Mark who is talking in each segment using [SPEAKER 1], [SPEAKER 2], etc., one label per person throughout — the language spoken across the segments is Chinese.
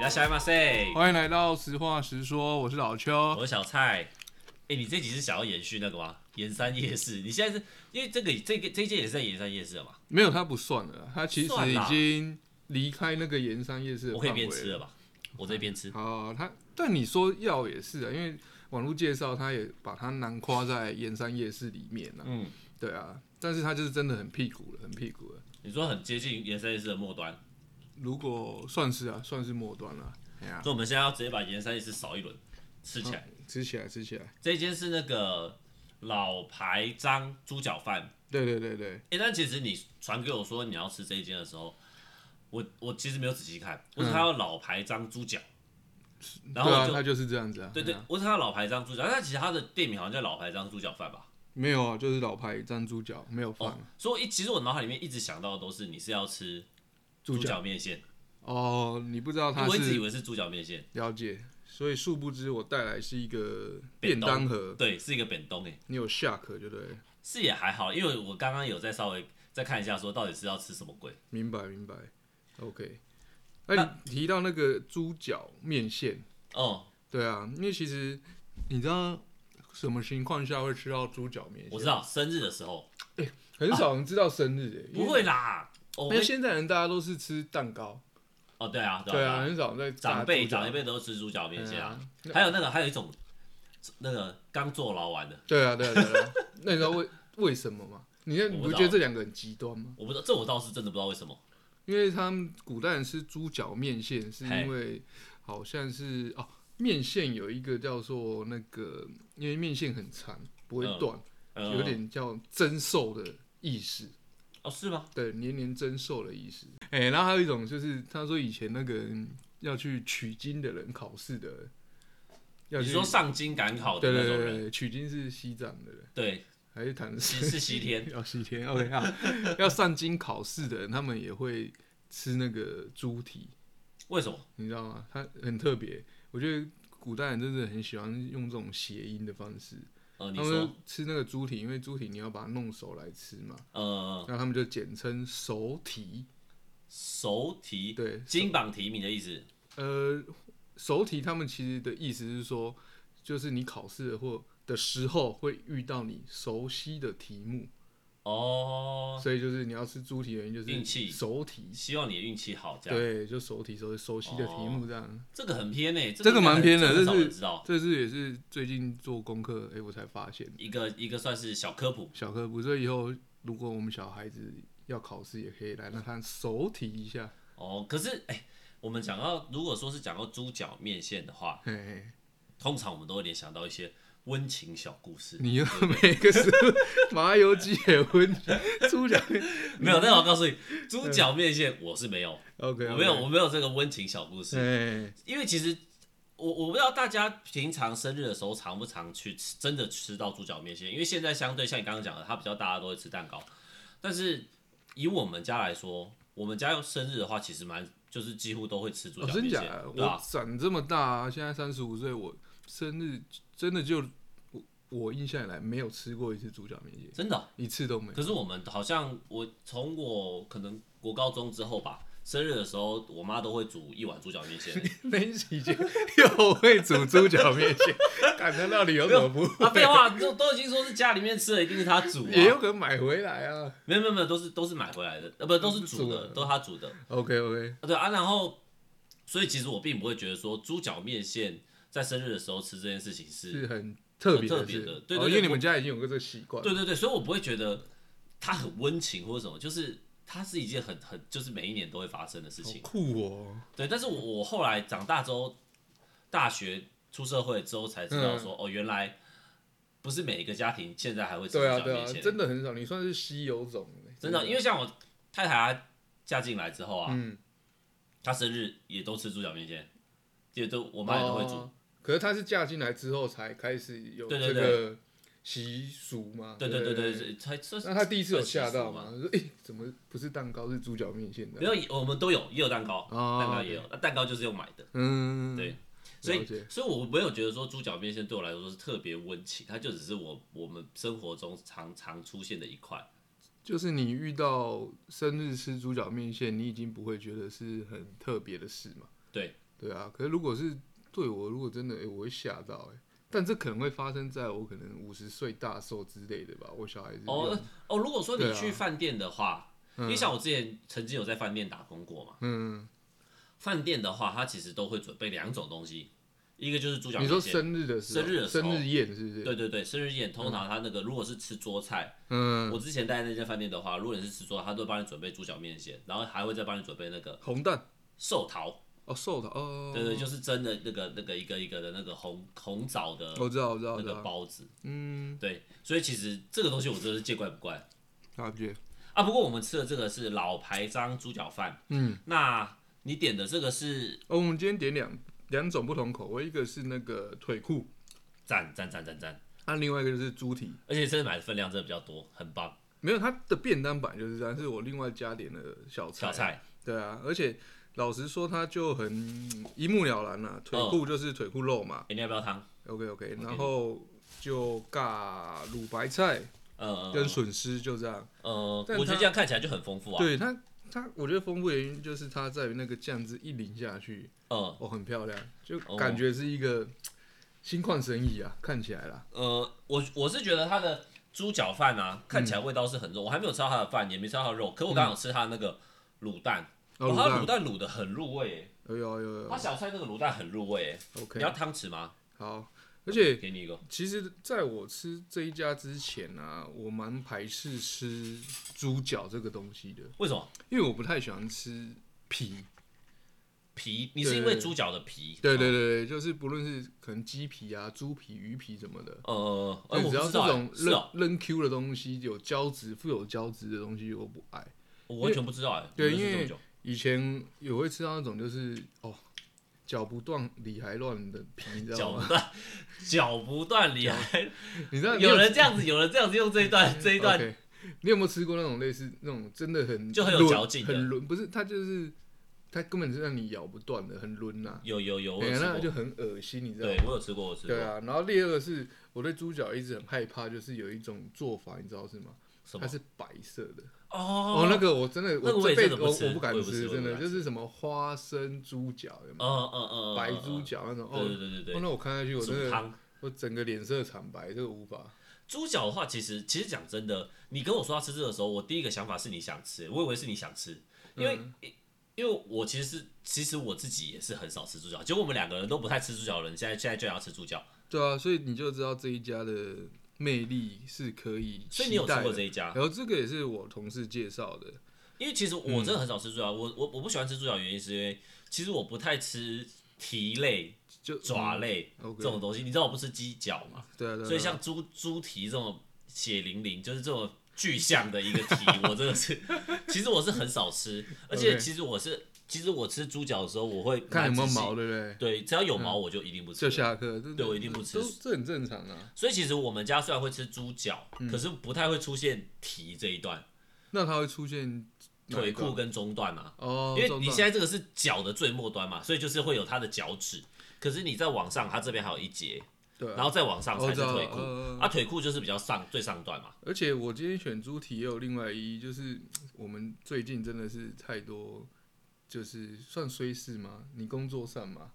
[SPEAKER 1] 要小马赛，
[SPEAKER 2] 欢迎来到实话实说，我是老
[SPEAKER 1] 我
[SPEAKER 2] 邱。
[SPEAKER 1] 是小蔡。哎、你这集是想要延续那个吗？盐山夜市，你现在是因为这个这个这一届也是在盐山夜市了嘛？
[SPEAKER 2] 没有他不算了，他其实
[SPEAKER 1] 算
[SPEAKER 2] 已
[SPEAKER 1] 啦
[SPEAKER 2] 经离开那个盐山夜市的
[SPEAKER 1] 我
[SPEAKER 2] 范
[SPEAKER 1] 可
[SPEAKER 2] 围
[SPEAKER 1] 以边吃了吧？我这边吃，
[SPEAKER 2] 好，他但你说要也是啊，因为网络介绍他也把它囊括在盐山夜市里面啊。
[SPEAKER 1] 嗯，
[SPEAKER 2] 对啊，但是他就是真的很屁股了，很屁股了。
[SPEAKER 1] 你说很接近盐山夜市的末端，
[SPEAKER 2] 如果算是啊，算是末端了。哎呀、
[SPEAKER 1] 所以我们现在要直接把盐山夜市扫一轮，吃起来。
[SPEAKER 2] 吃起来，吃起来。
[SPEAKER 1] 这间是那个老牌张猪脚饭，
[SPEAKER 2] 对对对对，
[SPEAKER 1] 哎、欸，但其实你传给我说你要吃这一间的时候，我我其实没有仔细看，我只看到老牌张猪脚，然后我
[SPEAKER 2] 对啊，
[SPEAKER 1] 就、
[SPEAKER 2] 他嗯就是这样子啊。
[SPEAKER 1] 对
[SPEAKER 2] 哎
[SPEAKER 1] 对
[SPEAKER 2] 呀，
[SPEAKER 1] 我只看到老牌张猪脚，但其实它的店名好像叫老牌张猪脚饭吧。
[SPEAKER 2] 没有啊，就是老牌蘸猪脚，没有
[SPEAKER 1] 哦
[SPEAKER 2] 饭，，
[SPEAKER 1] 所以一其实我脑海里面一直想到的都是你是要吃
[SPEAKER 2] 猪
[SPEAKER 1] 猪
[SPEAKER 2] 脚。
[SPEAKER 1] 脚面线，
[SPEAKER 2] 哦，你不知道他
[SPEAKER 1] 我一直以
[SPEAKER 2] 是
[SPEAKER 1] 为是猪脚面线，
[SPEAKER 2] 了解，所以殊不知我带来是一个
[SPEAKER 1] 便
[SPEAKER 2] 便
[SPEAKER 1] 当
[SPEAKER 2] 当盒，
[SPEAKER 1] 对，是一个本东诶，
[SPEAKER 2] 你有下课对不对？
[SPEAKER 1] 是也还好，因为我刚刚有再稍微再看一下说到底是要吃什么鬼，
[SPEAKER 2] 明白明白，OK。哎、你提到那个猪脚面线，
[SPEAKER 1] 哦，
[SPEAKER 2] 对啊，因为其实你知道什么情况下会吃到猪脚面线？
[SPEAKER 1] 我知，道生日的时候
[SPEAKER 2] 很少人知道生日的、因为
[SPEAKER 1] 啊不会啦，哦我
[SPEAKER 2] 因
[SPEAKER 1] 们
[SPEAKER 2] 为现在人大家都是吃蛋糕，
[SPEAKER 1] 哦对啊
[SPEAKER 2] 对啊，，很少在炸
[SPEAKER 1] 长辈
[SPEAKER 2] 猪脚
[SPEAKER 1] 长一辈都吃猪脚面线啊
[SPEAKER 2] 嗯，
[SPEAKER 1] 还有那个还有一种那个刚坐牢完的，
[SPEAKER 2] 对啊对啊对啊，对啊那你知道为 为什么吗？你看你
[SPEAKER 1] 我不
[SPEAKER 2] 不
[SPEAKER 1] 知道
[SPEAKER 2] 觉得这两个很极端吗？
[SPEAKER 1] 我不知道这我倒是真的不知道为什么
[SPEAKER 2] 因为他们古代人吃猪脚面线，是
[SPEAKER 1] 嘿
[SPEAKER 2] 因为好像是哦，面线有一个叫做那个，因为面线很长，不会
[SPEAKER 1] 嗯
[SPEAKER 2] 断，
[SPEAKER 1] 嗯
[SPEAKER 2] 有点叫增寿的意思，
[SPEAKER 1] 哦是吗？
[SPEAKER 2] 对，年年增寿的意思。哎、然后还有一种就是，他说以前那个嗯要去取经的人，考试的人，要
[SPEAKER 1] 你
[SPEAKER 2] 去
[SPEAKER 1] 说上京赶考的
[SPEAKER 2] 对
[SPEAKER 1] 那
[SPEAKER 2] 对
[SPEAKER 1] 种
[SPEAKER 2] 对
[SPEAKER 1] 人，
[SPEAKER 2] 对，取经是西藏的人，
[SPEAKER 1] 对，
[SPEAKER 2] 还是唐
[SPEAKER 1] 是是西 天
[SPEAKER 2] 要西天？OK 好，要上京考试的人，他们也会吃那个猪蹄。
[SPEAKER 1] 为什么？
[SPEAKER 2] 你知道吗？它很特别，我觉得古代人真的很喜欢用这种谐音的方式。
[SPEAKER 1] 呃，你
[SPEAKER 2] 他
[SPEAKER 1] 说
[SPEAKER 2] 们吃那个猪蹄，因为猪蹄你要把它弄熟来吃嘛，
[SPEAKER 1] 呃
[SPEAKER 2] 那他们就简称熟蹄。
[SPEAKER 1] 手提
[SPEAKER 2] 对，
[SPEAKER 1] 金榜题名的意思
[SPEAKER 2] 呃，熟蹄他们其实的意思是说，就是你考试的或的时候会遇到你熟悉的题目，
[SPEAKER 1] 哦，
[SPEAKER 2] 所以就是你要吃猪蹄的原因就
[SPEAKER 1] 运
[SPEAKER 2] 是
[SPEAKER 1] 气
[SPEAKER 2] 熟蹄。
[SPEAKER 1] 希望你运气好这样。
[SPEAKER 2] 对，就熟蹄熟熟悉的题目这样。
[SPEAKER 1] 这个很偏诶，
[SPEAKER 2] 这个蛮偏的
[SPEAKER 1] 这个很
[SPEAKER 2] 这
[SPEAKER 1] 少
[SPEAKER 2] 是
[SPEAKER 1] 人知道，
[SPEAKER 2] 这是也是最近做功课，哎、我才发现。
[SPEAKER 1] 一个一个算是小科普，
[SPEAKER 2] 小科普，所以以后如果我们小孩子要考试，也可以来让他手提一下。
[SPEAKER 1] 哦，可是哎、我们讲到如果说是讲到猪脚面线的话，
[SPEAKER 2] 嘿嘿，
[SPEAKER 1] 通常我们都会联想到一些温情小故事。
[SPEAKER 2] 你又每个时候麻油鸡也温猪脚
[SPEAKER 1] 没有，但我告诉你，猪脚面线我是没有，
[SPEAKER 2] ，OK，
[SPEAKER 1] 我没有，我没有这个温情小故事。
[SPEAKER 2] 哎，
[SPEAKER 1] 因为其实我我不知道大家平常生日的时候常不常去吃，真的吃到猪脚面线，因为现在相对像你刚刚讲的，它比较大家都会吃蛋糕，但是以我们家来说，我们家用生日的话，其实蛮就是几乎都会吃猪
[SPEAKER 2] 哦
[SPEAKER 1] 脚
[SPEAKER 2] 真
[SPEAKER 1] 面
[SPEAKER 2] 假
[SPEAKER 1] 线，
[SPEAKER 2] 的？
[SPEAKER 1] 对吧、啊
[SPEAKER 2] 我长这么大、现在三十五岁，我生日真的就我我印象以来没有吃过一次猪脚面线，
[SPEAKER 1] 真的哦、
[SPEAKER 2] 一次 都没有。
[SPEAKER 1] 可是我们好像我从我可能国高中之后吧，生日的时候，我妈都会煮一碗猪脚面线。
[SPEAKER 2] 那你以前又会煮猪脚面线， 感觉到底有什么不
[SPEAKER 1] 啊，废话，都都已经说是家里面吃的，一定是她煮
[SPEAKER 2] 也有
[SPEAKER 1] 啊。
[SPEAKER 2] 可能买回来啊。
[SPEAKER 1] 没有没有没有，都是都是买回来的，呃，不都是煮
[SPEAKER 2] 都是
[SPEAKER 1] 的
[SPEAKER 2] 煮，的
[SPEAKER 1] 都是她煮的。
[SPEAKER 2] OK OK，
[SPEAKER 1] 啊对啊，然后所以其实我并不会觉得说猪脚面线在生日的时候吃这件事情是，
[SPEAKER 2] 是很特别
[SPEAKER 1] 很特
[SPEAKER 2] 的
[SPEAKER 1] 别
[SPEAKER 2] 事，
[SPEAKER 1] 的对对
[SPEAKER 2] 哦，
[SPEAKER 1] 对
[SPEAKER 2] 因为你
[SPEAKER 1] 我
[SPEAKER 2] 们家已经有个这个习惯，
[SPEAKER 1] 对对对，所以我不会觉得它很温情或者什么，就是它是一件很很就是每一年都会发生的事情
[SPEAKER 2] 好。酷哦，
[SPEAKER 1] 对，但是我我后来长大之后，大学出社会之后才知
[SPEAKER 2] 嗯
[SPEAKER 1] 道说，哦，原来不是每一个家庭现在还会吃
[SPEAKER 2] 对啊
[SPEAKER 1] 小
[SPEAKER 2] 对
[SPEAKER 1] 面
[SPEAKER 2] 啊
[SPEAKER 1] 线，，
[SPEAKER 2] 真的很少，你算是稀有种欸，
[SPEAKER 1] 真的，因为像我太太她嫁进来之后啊，
[SPEAKER 2] 嗯，
[SPEAKER 1] 她生日也都吃猪脚面线，也都我妈也都会煮，
[SPEAKER 2] 哦可是她是嫁进来之后才开始有
[SPEAKER 1] 对对
[SPEAKER 2] 这
[SPEAKER 1] 对
[SPEAKER 2] 个习俗嘛，
[SPEAKER 1] 对
[SPEAKER 2] 对
[SPEAKER 1] 对对对，才这
[SPEAKER 2] 那她第一次有
[SPEAKER 1] 算习俗
[SPEAKER 2] 吓到
[SPEAKER 1] 嘛
[SPEAKER 2] 吗？说诶，怎么不是蛋糕是猪脚面线
[SPEAKER 1] 没
[SPEAKER 2] 的？
[SPEAKER 1] 有，我们都有，也有蛋糕，
[SPEAKER 2] 哦
[SPEAKER 1] 蛋糕也有，那蛋糕就是用买的，
[SPEAKER 2] 嗯，
[SPEAKER 1] 对
[SPEAKER 2] 了
[SPEAKER 1] 所以
[SPEAKER 2] 解
[SPEAKER 1] 所以我没有觉得说猪脚面线对我来说是特别温情，它就只是我我们生活中常常出现的一块。
[SPEAKER 2] 就是你遇到生日吃猪脚面线，你已经不会觉得是很特别的事嘛？
[SPEAKER 1] 对
[SPEAKER 2] 对啊，可是如果是对我，如果真的，哎、我会吓到、哎，但这可能会发生在我可能五十岁大寿之类的吧，我小孩子
[SPEAKER 1] 哦
[SPEAKER 2] 用
[SPEAKER 1] 哦，如果说你
[SPEAKER 2] 嗯对啊
[SPEAKER 1] 去饭店的话，因为像我之前曾经有在饭店打工过嘛，
[SPEAKER 2] 嗯，
[SPEAKER 1] 饭店的话，它其实都会准备两种东西，一个就是猪脚
[SPEAKER 2] 你
[SPEAKER 1] 面
[SPEAKER 2] 说
[SPEAKER 1] 线，
[SPEAKER 2] 生日的时候，
[SPEAKER 1] 生日的时候
[SPEAKER 2] 生日宴是不是？
[SPEAKER 1] 对对对，生日宴通常它那个如果是吃桌菜，
[SPEAKER 2] 嗯，
[SPEAKER 1] 我之前待在那间饭店的话，如果你是吃桌菜，他都会帮你准备猪脚面线，然后还会再帮你准备那个
[SPEAKER 2] 红蛋
[SPEAKER 1] 寿桃，
[SPEAKER 2] 哦，寿桃哦，
[SPEAKER 1] 对对，就是真的那个那个一个一个的那个红红枣的
[SPEAKER 2] 我知道，我知道，我
[SPEAKER 1] 那
[SPEAKER 2] 知
[SPEAKER 1] 个
[SPEAKER 2] 道，
[SPEAKER 1] 包子，
[SPEAKER 2] 嗯，
[SPEAKER 1] 对，所以其实这个东西我真的是见怪不怪。
[SPEAKER 2] 了解，
[SPEAKER 1] 啊，不过我们吃的这个是老牌张猪脚饭，
[SPEAKER 2] 嗯，
[SPEAKER 1] 那你点的这个是
[SPEAKER 2] 哦，我们今天点两两种不同口味，一个是那个腿裤，
[SPEAKER 1] 赞赞赞赞赞，
[SPEAKER 2] 啊，另外一个就是猪蹄，
[SPEAKER 1] 而且真的买的分量真的比较多，很棒。
[SPEAKER 2] 没有，它的便当版就是这样，是我另外加点的小菜。
[SPEAKER 1] 小菜，
[SPEAKER 2] 对啊，而且老实说，它就很嗯一目了然啦、腿裤就是腿裤肉嘛、
[SPEAKER 1] 诶你要不要汤？
[SPEAKER 2] o k OK，然后就尬卤白菜
[SPEAKER 1] 呃
[SPEAKER 2] 跟笋丝就这样。
[SPEAKER 1] 呃，
[SPEAKER 2] 但
[SPEAKER 1] 我觉
[SPEAKER 2] 它
[SPEAKER 1] 得这样看起来就很丰富啊。
[SPEAKER 2] 对它，它我觉得丰富的原因就是它在于那个酱汁一淋下去，
[SPEAKER 1] 呃
[SPEAKER 2] 哦，很漂亮，就
[SPEAKER 1] 哦
[SPEAKER 2] 感觉是一个心旷神怡啊，看起来啦。
[SPEAKER 1] 呃，我我是觉得它的猪脚饭啊，看
[SPEAKER 2] 嗯
[SPEAKER 1] 起来味道是很重，我还没有吃到它的饭，也没吃到它的肉，可我刚刚有吃它的那个卤蛋，
[SPEAKER 2] 哦，
[SPEAKER 1] 哦，它的
[SPEAKER 2] 卤
[SPEAKER 1] 卤
[SPEAKER 2] 蛋，
[SPEAKER 1] 蛋卤的很入味耶，
[SPEAKER 2] 有有有
[SPEAKER 1] 它
[SPEAKER 2] 有
[SPEAKER 1] 小菜那个卤蛋很入味耶。你
[SPEAKER 2] ，OK，
[SPEAKER 1] 要汤匙吗？
[SPEAKER 2] 好，而且。
[SPEAKER 1] 给你一个。
[SPEAKER 2] 其实，在我吃这一家之前啊，我蛮排斥吃猪脚这个东西的，
[SPEAKER 1] 为什么
[SPEAKER 2] 因为我不太喜欢吃皮。
[SPEAKER 1] 皮？你是因为猪脚的皮？
[SPEAKER 2] 对对对对，就是不论是可能鸡皮啊、猪皮、鱼皮什么的，
[SPEAKER 1] 呃，哎，我
[SPEAKER 2] 只
[SPEAKER 1] 不
[SPEAKER 2] 要
[SPEAKER 1] 知
[SPEAKER 2] 这
[SPEAKER 1] 道
[SPEAKER 2] 种
[SPEAKER 1] 哎，是
[SPEAKER 2] 扔
[SPEAKER 1] 哦，
[SPEAKER 2] 扔 Q 的东西，有胶质、富有胶质的东西，我不爱。
[SPEAKER 1] 我完全不知道哎。
[SPEAKER 2] 对
[SPEAKER 1] 原来是
[SPEAKER 2] 因为
[SPEAKER 1] 这么久
[SPEAKER 2] 以前有会吃到那种就是哦，脚不断理还乱的皮，你知道
[SPEAKER 1] 脚
[SPEAKER 2] 吗？
[SPEAKER 1] 不断， 脚不断理还
[SPEAKER 2] 你知道你
[SPEAKER 1] 有人这样子，有人这样子用这一 段，这一段
[SPEAKER 2] OK，你有没有吃过那种类似那种真的很
[SPEAKER 1] 就很有
[SPEAKER 2] 轮
[SPEAKER 1] 嚼劲的
[SPEAKER 2] 很轮？不是，它就是它根本是让你咬不断的，很轮呐、
[SPEAKER 1] 有有有，我
[SPEAKER 2] 哎
[SPEAKER 1] 有吃
[SPEAKER 2] 那
[SPEAKER 1] 过，
[SPEAKER 2] 就很恶心，你知道
[SPEAKER 1] 对
[SPEAKER 2] 吗？
[SPEAKER 1] 我有吃过，我有吃
[SPEAKER 2] 对
[SPEAKER 1] 过。
[SPEAKER 2] 啊，然后第二个是我对猪脚一直很害怕，就是有一种做法，你知道是吗？
[SPEAKER 1] 什
[SPEAKER 2] 它
[SPEAKER 1] 么？
[SPEAKER 2] 是白色的
[SPEAKER 1] 哦
[SPEAKER 2] 哦，那个我真的
[SPEAKER 1] 那个
[SPEAKER 2] 我
[SPEAKER 1] 我也
[SPEAKER 2] 这辈子
[SPEAKER 1] 真的
[SPEAKER 2] 我
[SPEAKER 1] 不吃
[SPEAKER 2] 我不敢
[SPEAKER 1] 我也不吃
[SPEAKER 2] 吃，
[SPEAKER 1] 我也
[SPEAKER 2] 真
[SPEAKER 1] 不
[SPEAKER 2] 的
[SPEAKER 1] 敢
[SPEAKER 2] 就是什么花生猪脚，有没有
[SPEAKER 1] 嗯嗯嗯，
[SPEAKER 2] 白猪
[SPEAKER 1] 脚，
[SPEAKER 2] 脚那种
[SPEAKER 1] 对
[SPEAKER 2] 哦。
[SPEAKER 1] 对对对
[SPEAKER 2] 哦，
[SPEAKER 1] 对，
[SPEAKER 2] 那我看下去，我真
[SPEAKER 1] 煮
[SPEAKER 2] 的
[SPEAKER 1] 汤。
[SPEAKER 2] 我整个脸色惨白，这个无法。
[SPEAKER 1] 猪脚的话，其实其实讲真的，你跟我说要吃这个的时候，我第一个想法是你想吃，我以为是你想吃，因为、
[SPEAKER 2] 嗯
[SPEAKER 1] 因为我其实是其实我自己也是很少吃猪脚，结果我们两个人都不太吃猪脚的人，现在现在就要吃猪脚，
[SPEAKER 2] 对啊，所以你就知道这一家的魅力是可以期待的。嗯
[SPEAKER 1] 所以你有吃过这一家？
[SPEAKER 2] 然后这个也是我同事介绍的，
[SPEAKER 1] 因为其实我真的很少吃猪脚，我我我不喜欢吃猪脚，原因是因为其实我不太吃蹄类、
[SPEAKER 2] 就
[SPEAKER 1] 爪类、
[SPEAKER 2] 嗯，OK
[SPEAKER 1] 这种东西，你知道我不吃鸡脚嘛，
[SPEAKER 2] 对啊对啊，
[SPEAKER 1] 所以像猪猪蹄这种血淋淋，就是这种具象的一个 蹄，我真的是，其实我是很少吃，而且
[SPEAKER 2] OK
[SPEAKER 1] 其实我是，其实我吃猪脚的时候，我会
[SPEAKER 2] 看有没有
[SPEAKER 1] 蛮仔细
[SPEAKER 2] 毛，，对不对？
[SPEAKER 1] 对，只要有毛我就一定不吃
[SPEAKER 2] 就。下课，这
[SPEAKER 1] 对我一定不吃
[SPEAKER 2] 都这很正常啊。
[SPEAKER 1] 所以其实我们家虽然会吃猪脚，
[SPEAKER 2] 嗯
[SPEAKER 1] 可是不太会出现蹄这一段，
[SPEAKER 2] 那它会出现哪
[SPEAKER 1] 腿
[SPEAKER 2] 一段
[SPEAKER 1] 裤跟中段啊。
[SPEAKER 2] 哦，
[SPEAKER 1] 因为
[SPEAKER 2] 中
[SPEAKER 1] 你
[SPEAKER 2] 段
[SPEAKER 1] 现在这个是脚的最末端嘛，所以就是会有它的脚趾，可是你再往上，它这边还有一节，
[SPEAKER 2] 对啊，
[SPEAKER 1] 然后再往上才
[SPEAKER 2] 我
[SPEAKER 1] 是
[SPEAKER 2] 知道
[SPEAKER 1] 腿
[SPEAKER 2] 了，
[SPEAKER 1] 裤，
[SPEAKER 2] 呃
[SPEAKER 1] 啊，腿裤就是比较上最上段嘛，
[SPEAKER 2] 而且我今天选猪蹄也有另外一，就是我们最近真的是太多，就是算虽事吗？你工作上吗？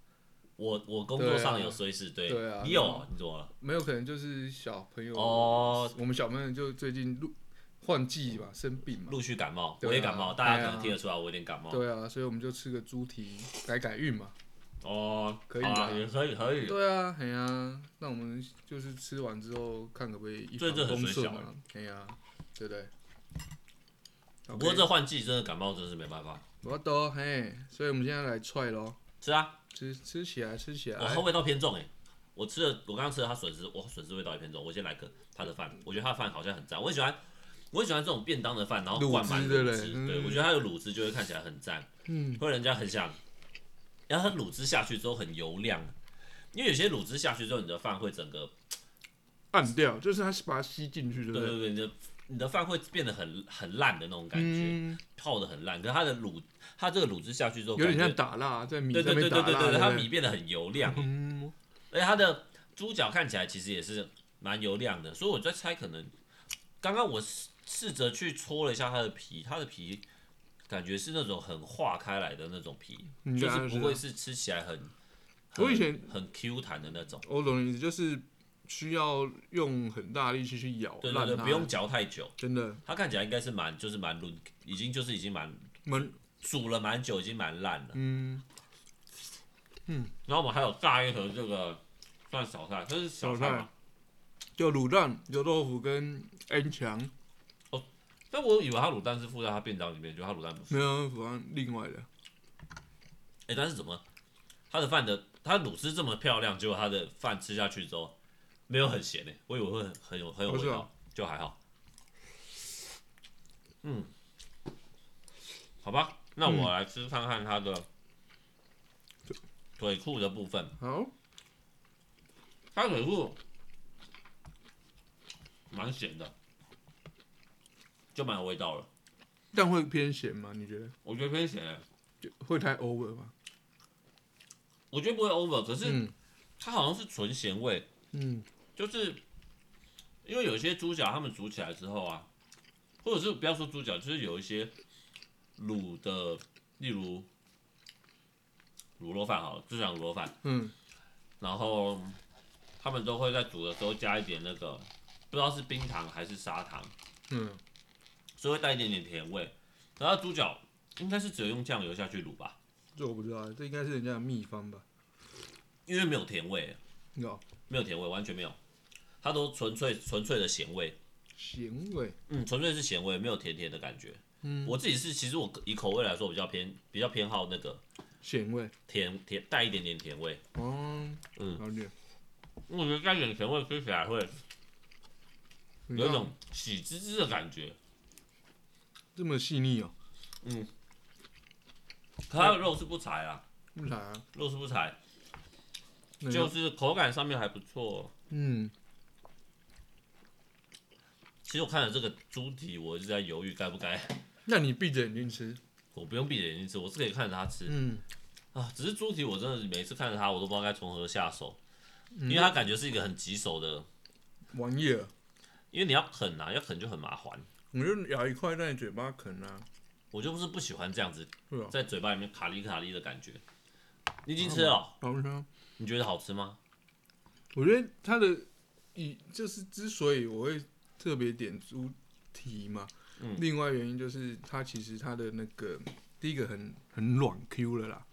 [SPEAKER 1] 我我工作上
[SPEAKER 2] 对啊
[SPEAKER 1] 有随时对，
[SPEAKER 2] 对啊
[SPEAKER 1] 你有哦你怎么了？
[SPEAKER 2] 没有，可能就是小朋友
[SPEAKER 1] 哦，
[SPEAKER 2] 我们小朋友就最近入换季嘛，生病嘛，
[SPEAKER 1] 陆续感冒，
[SPEAKER 2] 对啊
[SPEAKER 1] 我也感冒，大家
[SPEAKER 2] 对啊
[SPEAKER 1] 可能听得出来我有点感冒。
[SPEAKER 2] 对啊，所以我们就吃个猪蹄改改运嘛。
[SPEAKER 1] 哦，
[SPEAKER 2] 可以
[SPEAKER 1] 好啦
[SPEAKER 2] 啦
[SPEAKER 1] 也可以可以。
[SPEAKER 2] 对啊，嘿啊，那我们就是吃完之后看可不可以一
[SPEAKER 1] 这
[SPEAKER 2] 帆
[SPEAKER 1] 这很
[SPEAKER 2] 风
[SPEAKER 1] 水
[SPEAKER 2] 顺
[SPEAKER 1] 饺
[SPEAKER 2] 啊，嘿啊，对不对？
[SPEAKER 1] 不过这换季真的感冒真的是没办法。
[SPEAKER 2] 我都嘿，所以我们现在来踹咯，
[SPEAKER 1] 是啊，
[SPEAKER 2] 吃吃起来，吃起来
[SPEAKER 1] 我。它味道偏重哎，我吃了我刚刚吃了它笋丝，我笋丝味道也偏重。我先来个它的饭，我觉得它的饭好像很赞，我很喜欢。我很喜欢这种便当的饭，然后灌满
[SPEAKER 2] 卤汁对
[SPEAKER 1] 卤
[SPEAKER 2] 不
[SPEAKER 1] 汁，
[SPEAKER 2] 对嗯
[SPEAKER 1] 对我觉得它有卤汁就会看起来很赞，嗯，会让人家很想，然后它卤汁下去之后很油亮，因为有些卤汁下去之后，你的饭会整个
[SPEAKER 2] 按掉，就是它是把它吸进去，对不
[SPEAKER 1] 对
[SPEAKER 2] 对？
[SPEAKER 1] 对对，你的你的饭会变得很很烂的那种感觉，
[SPEAKER 2] 嗯，
[SPEAKER 1] 泡的很烂。可是它的卤，它这个卤汁下去之后，
[SPEAKER 2] 有点
[SPEAKER 1] 感
[SPEAKER 2] 像
[SPEAKER 1] 觉
[SPEAKER 2] 打蜡，在米
[SPEAKER 1] 对
[SPEAKER 2] 上
[SPEAKER 1] 对对
[SPEAKER 2] 面
[SPEAKER 1] 对
[SPEAKER 2] 打
[SPEAKER 1] 对
[SPEAKER 2] 蜡，
[SPEAKER 1] 对，它
[SPEAKER 2] 对不
[SPEAKER 1] 米
[SPEAKER 2] 对？
[SPEAKER 1] 变得很油 亮，
[SPEAKER 2] 嗯，
[SPEAKER 1] 而且它的猪脚看起来其实也是蛮油亮的，所以我在猜可能刚刚我试试着去搓了一下它的皮，它的皮感觉是那种很化开来的那种皮，
[SPEAKER 2] 嗯
[SPEAKER 1] 就
[SPEAKER 2] 当
[SPEAKER 1] 是
[SPEAKER 2] 然
[SPEAKER 1] 不
[SPEAKER 2] 是
[SPEAKER 1] 会
[SPEAKER 2] 啊
[SPEAKER 1] 是吃起来很，很
[SPEAKER 2] 我以前
[SPEAKER 1] 很 Q 弹的那种，
[SPEAKER 2] 我懂你意思，就是需要用很大力气去咬
[SPEAKER 1] 对对
[SPEAKER 2] 烂
[SPEAKER 1] 对，
[SPEAKER 2] 它，
[SPEAKER 1] 不用嚼太久，
[SPEAKER 2] 真的
[SPEAKER 1] 它看起来应该是蛮就是蛮轮，已经就是已经蛮
[SPEAKER 2] 蛮
[SPEAKER 1] 煮了蛮久，已经蛮烂了。
[SPEAKER 2] 嗯
[SPEAKER 1] 然后我们还有大一盒这个算小菜，这是小菜
[SPEAKER 2] 小
[SPEAKER 1] 嘛
[SPEAKER 2] 菜？就卤蛋、油豆腐跟 N 强，
[SPEAKER 1] 但我以为它卤蛋是附在它便当里面，就它卤蛋不是。
[SPEAKER 2] 没有符合另外的，
[SPEAKER 1] 哎、但是怎么它的饭的它卤汁这么漂亮，结果它的饭吃下去之后没有很咸呢、我以为会很很有很有
[SPEAKER 2] 不是
[SPEAKER 1] 味
[SPEAKER 2] 啊
[SPEAKER 1] 道，就还好。嗯，好吧，那我来吃看看它的腿裤的部分。
[SPEAKER 2] 好，
[SPEAKER 1] 它腿裤蛮咸的，就蛮有味道了。
[SPEAKER 2] 但会偏咸吗？你觉得
[SPEAKER 1] 我觉得偏咸欸、
[SPEAKER 2] 就会太 over 吗？
[SPEAKER 1] 我觉得不会 over，可是
[SPEAKER 2] 嗯
[SPEAKER 1] 它好像是纯咸味，
[SPEAKER 2] 嗯，
[SPEAKER 1] 就是因为有一些猪脚他们煮起来之后啊，或者是不要说猪脚，就是有一些卤的，例如卤肉饭好了，就讲卤肉饭，
[SPEAKER 2] 嗯，
[SPEAKER 1] 然后他们都会在煮的时候加一点那个，不知道是冰糖还是砂糖，
[SPEAKER 2] 嗯，
[SPEAKER 1] 所以会带一点点甜味。然后猪脚应该是只有用酱油下去卤吧，
[SPEAKER 2] 这我不知道，这应该是人家的秘方吧？
[SPEAKER 1] 因为没有甜味，
[SPEAKER 2] 有
[SPEAKER 1] 没有甜味，完全没有，它都纯粹纯粹的咸味。
[SPEAKER 2] 咸味，
[SPEAKER 1] 嗯，纯粹是咸味，没有甜甜的感觉。嗯，我自己是，其实我以口味来说，比较偏比较偏好那个
[SPEAKER 2] 咸味，
[SPEAKER 1] 甜甜带一点点甜味。
[SPEAKER 2] 哦，
[SPEAKER 1] 嗯
[SPEAKER 2] 好点，
[SPEAKER 1] 我觉得带点甜味吃起来会
[SPEAKER 2] 你
[SPEAKER 1] 有一
[SPEAKER 2] 看
[SPEAKER 1] 种喜滋滋的感觉。
[SPEAKER 2] 这么细腻哦，
[SPEAKER 1] 可它的肉是不柴啦，
[SPEAKER 2] 不来啊，
[SPEAKER 1] 肉是不柴，
[SPEAKER 2] 那
[SPEAKER 1] 就
[SPEAKER 2] 个
[SPEAKER 1] 是口感上面还不错。哦
[SPEAKER 2] 嗯，
[SPEAKER 1] 其实我看了这个猪蹄，我一直在犹豫该不该，
[SPEAKER 2] 那你闭着眼睛吃，
[SPEAKER 1] 我不用闭着眼睛吃，我是可以看着它吃
[SPEAKER 2] 嗯，
[SPEAKER 1] 啊。只是猪蹄，我真的每次看着它，我都不知道该从何下手，因为它感觉是一个很棘手的，
[SPEAKER 2] 嗯玩意儿，
[SPEAKER 1] 因为你要啃啊，要啃就很麻烦。
[SPEAKER 2] 你就咬一块在你嘴巴啃啊，
[SPEAKER 1] 我就不是不喜欢这样子
[SPEAKER 2] 对啊，
[SPEAKER 1] 在嘴巴里面卡哩卡哩的感觉。你已经吃了哦、
[SPEAKER 2] 好香。
[SPEAKER 1] 你觉得好吃吗？
[SPEAKER 2] 我觉得它的以就是之所以我会特别点猪蹄嘛，
[SPEAKER 1] 嗯
[SPEAKER 2] 另外原因就是它其实它的那个第一个很很软 Q 了啦，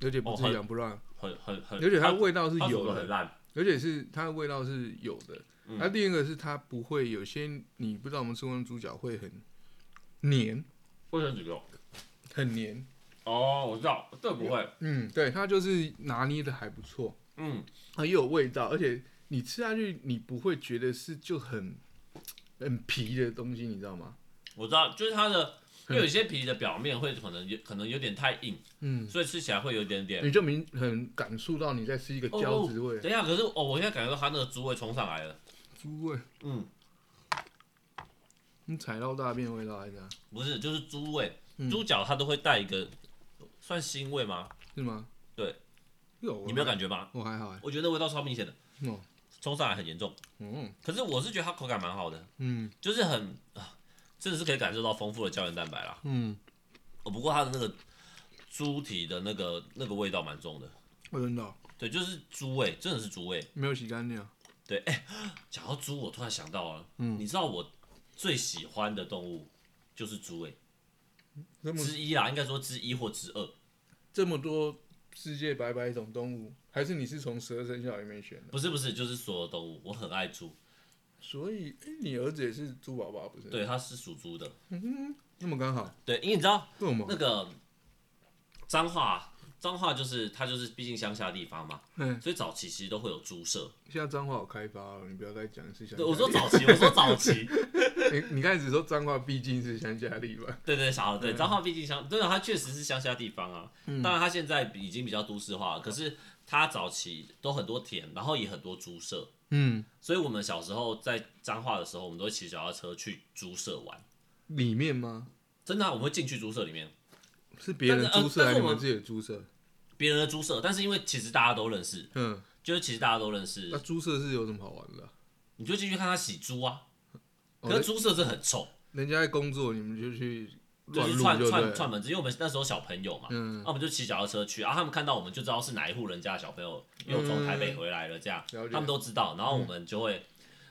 [SPEAKER 2] 而且不
[SPEAKER 1] 哦
[SPEAKER 2] 是
[SPEAKER 1] 很
[SPEAKER 2] 痒不烂，
[SPEAKER 1] 很很很，
[SPEAKER 2] 而且它的味道是
[SPEAKER 1] 它
[SPEAKER 2] 有
[SPEAKER 1] 煮的
[SPEAKER 2] 的
[SPEAKER 1] 很，烂，
[SPEAKER 2] 而且是它的味道是有的。
[SPEAKER 1] 嗯
[SPEAKER 2] 那、第二个是它不会有些你不知道我们吃过的猪脚会很黏，
[SPEAKER 1] 卫生纸肉。
[SPEAKER 2] 很黏。
[SPEAKER 1] 哦，我知道，这不会，
[SPEAKER 2] 嗯，对，它就是拿捏的还不错。
[SPEAKER 1] 嗯，
[SPEAKER 2] 很有味道，而且你吃下去，你不会觉得是就很很皮的东西，你知道吗？
[SPEAKER 1] 我知道，就是它的，因为有些皮的表面会可能有可能有点太硬，
[SPEAKER 2] 嗯，
[SPEAKER 1] 所以吃起来会有一点点。
[SPEAKER 2] 你就明很感受到你在吃一个胶质味、
[SPEAKER 1] 等一下，可是哦，我现在感觉到它那个猪味冲上来了。
[SPEAKER 2] 猪味，
[SPEAKER 1] 嗯，
[SPEAKER 2] 你踩到大便味道来着，
[SPEAKER 1] 不是，就是猪味，
[SPEAKER 2] 嗯
[SPEAKER 1] 猪脚它都会带一个算腥味吗？
[SPEAKER 2] 是吗？
[SPEAKER 1] 对，
[SPEAKER 2] 有
[SPEAKER 1] 你没有？感觉吗？
[SPEAKER 2] 我还好哎、
[SPEAKER 1] 我觉得味道超明显的，
[SPEAKER 2] 哦，
[SPEAKER 1] 冲上来很严重。
[SPEAKER 2] 嗯
[SPEAKER 1] 可是我是觉得它口感蛮好的，
[SPEAKER 2] 嗯
[SPEAKER 1] 就是很啊，真的是可以感受到丰富的胶原蛋白啦。
[SPEAKER 2] 嗯，
[SPEAKER 1] 哦，不过它的那个猪蹄的那个那个味道蛮重的，
[SPEAKER 2] 我真的哦
[SPEAKER 1] 对，就是猪味，真的是猪味。
[SPEAKER 2] 没有洗干净啊，
[SPEAKER 1] 讲到猪，我突然想到了，
[SPEAKER 2] 嗯
[SPEAKER 1] 你知道我最喜欢的动物就是猪诶，
[SPEAKER 2] 这么
[SPEAKER 1] 之一啦，应该说之一或之二。
[SPEAKER 2] 这么多世界百百种动物，还是你是从十二生肖里面选的？
[SPEAKER 1] 不是不是，就是所有动物，我很爱猪，
[SPEAKER 2] 所以，哎、你儿子也是猪宝宝不是？，
[SPEAKER 1] 对，它是属猪的，
[SPEAKER 2] 那么刚好，
[SPEAKER 1] 对，因为你知道
[SPEAKER 2] 为什么？
[SPEAKER 1] 那个脏话，脏话就是它就是毕竟乡下地方嘛，
[SPEAKER 2] 嗯
[SPEAKER 1] 所以早期其实都会有猪舍。
[SPEAKER 2] 现在脏话好开发哦，你不要再讲是乡下
[SPEAKER 1] 对，
[SPEAKER 2] 里。
[SPEAKER 1] 我说早期，我说早期，
[SPEAKER 2] 你你刚开始说脏话毕竟是乡下里吧？
[SPEAKER 1] 对对，少了对，彰化毕竟乡，对啊，它确实是乡下地方啊。当然，它现在已经比较都市化了，可是它早期都很多田，然后也很多猪舍，
[SPEAKER 2] 嗯，
[SPEAKER 1] 所以我们小时候在彰化的时候，我们都会骑脚踏车去猪舍玩。
[SPEAKER 2] 里面吗？
[SPEAKER 1] 真的啊、我们会进去猪舍里面，
[SPEAKER 2] 是别人
[SPEAKER 1] 但是呃
[SPEAKER 2] 猪舍
[SPEAKER 1] 但
[SPEAKER 2] 还
[SPEAKER 1] 是
[SPEAKER 2] 是你
[SPEAKER 1] 我
[SPEAKER 2] 们
[SPEAKER 1] 们
[SPEAKER 2] 自己的猪舍？
[SPEAKER 1] 别人的猪舍，但是因为其实大家都认识，
[SPEAKER 2] 嗯，
[SPEAKER 1] 就是其实大家都认识
[SPEAKER 2] 那，猪舍是有什么好玩的啊、
[SPEAKER 1] 你就进去看他洗猪啊。
[SPEAKER 2] 哦
[SPEAKER 1] 可是猪舍真的很臭，
[SPEAKER 2] 人家在工作，你们就去
[SPEAKER 1] 就
[SPEAKER 2] 乱
[SPEAKER 1] 是
[SPEAKER 2] 入
[SPEAKER 1] 串
[SPEAKER 2] 就对
[SPEAKER 1] 串
[SPEAKER 2] 了
[SPEAKER 1] 串门子，因为我们那时候小朋友嘛，
[SPEAKER 2] 嗯
[SPEAKER 1] 那我们就骑脚踏车去，然后他们看到我们就知道是哪一户人家的小朋友又从台北回来了，这样、
[SPEAKER 2] 嗯了解嗯
[SPEAKER 1] 他们都知道，然后我们就会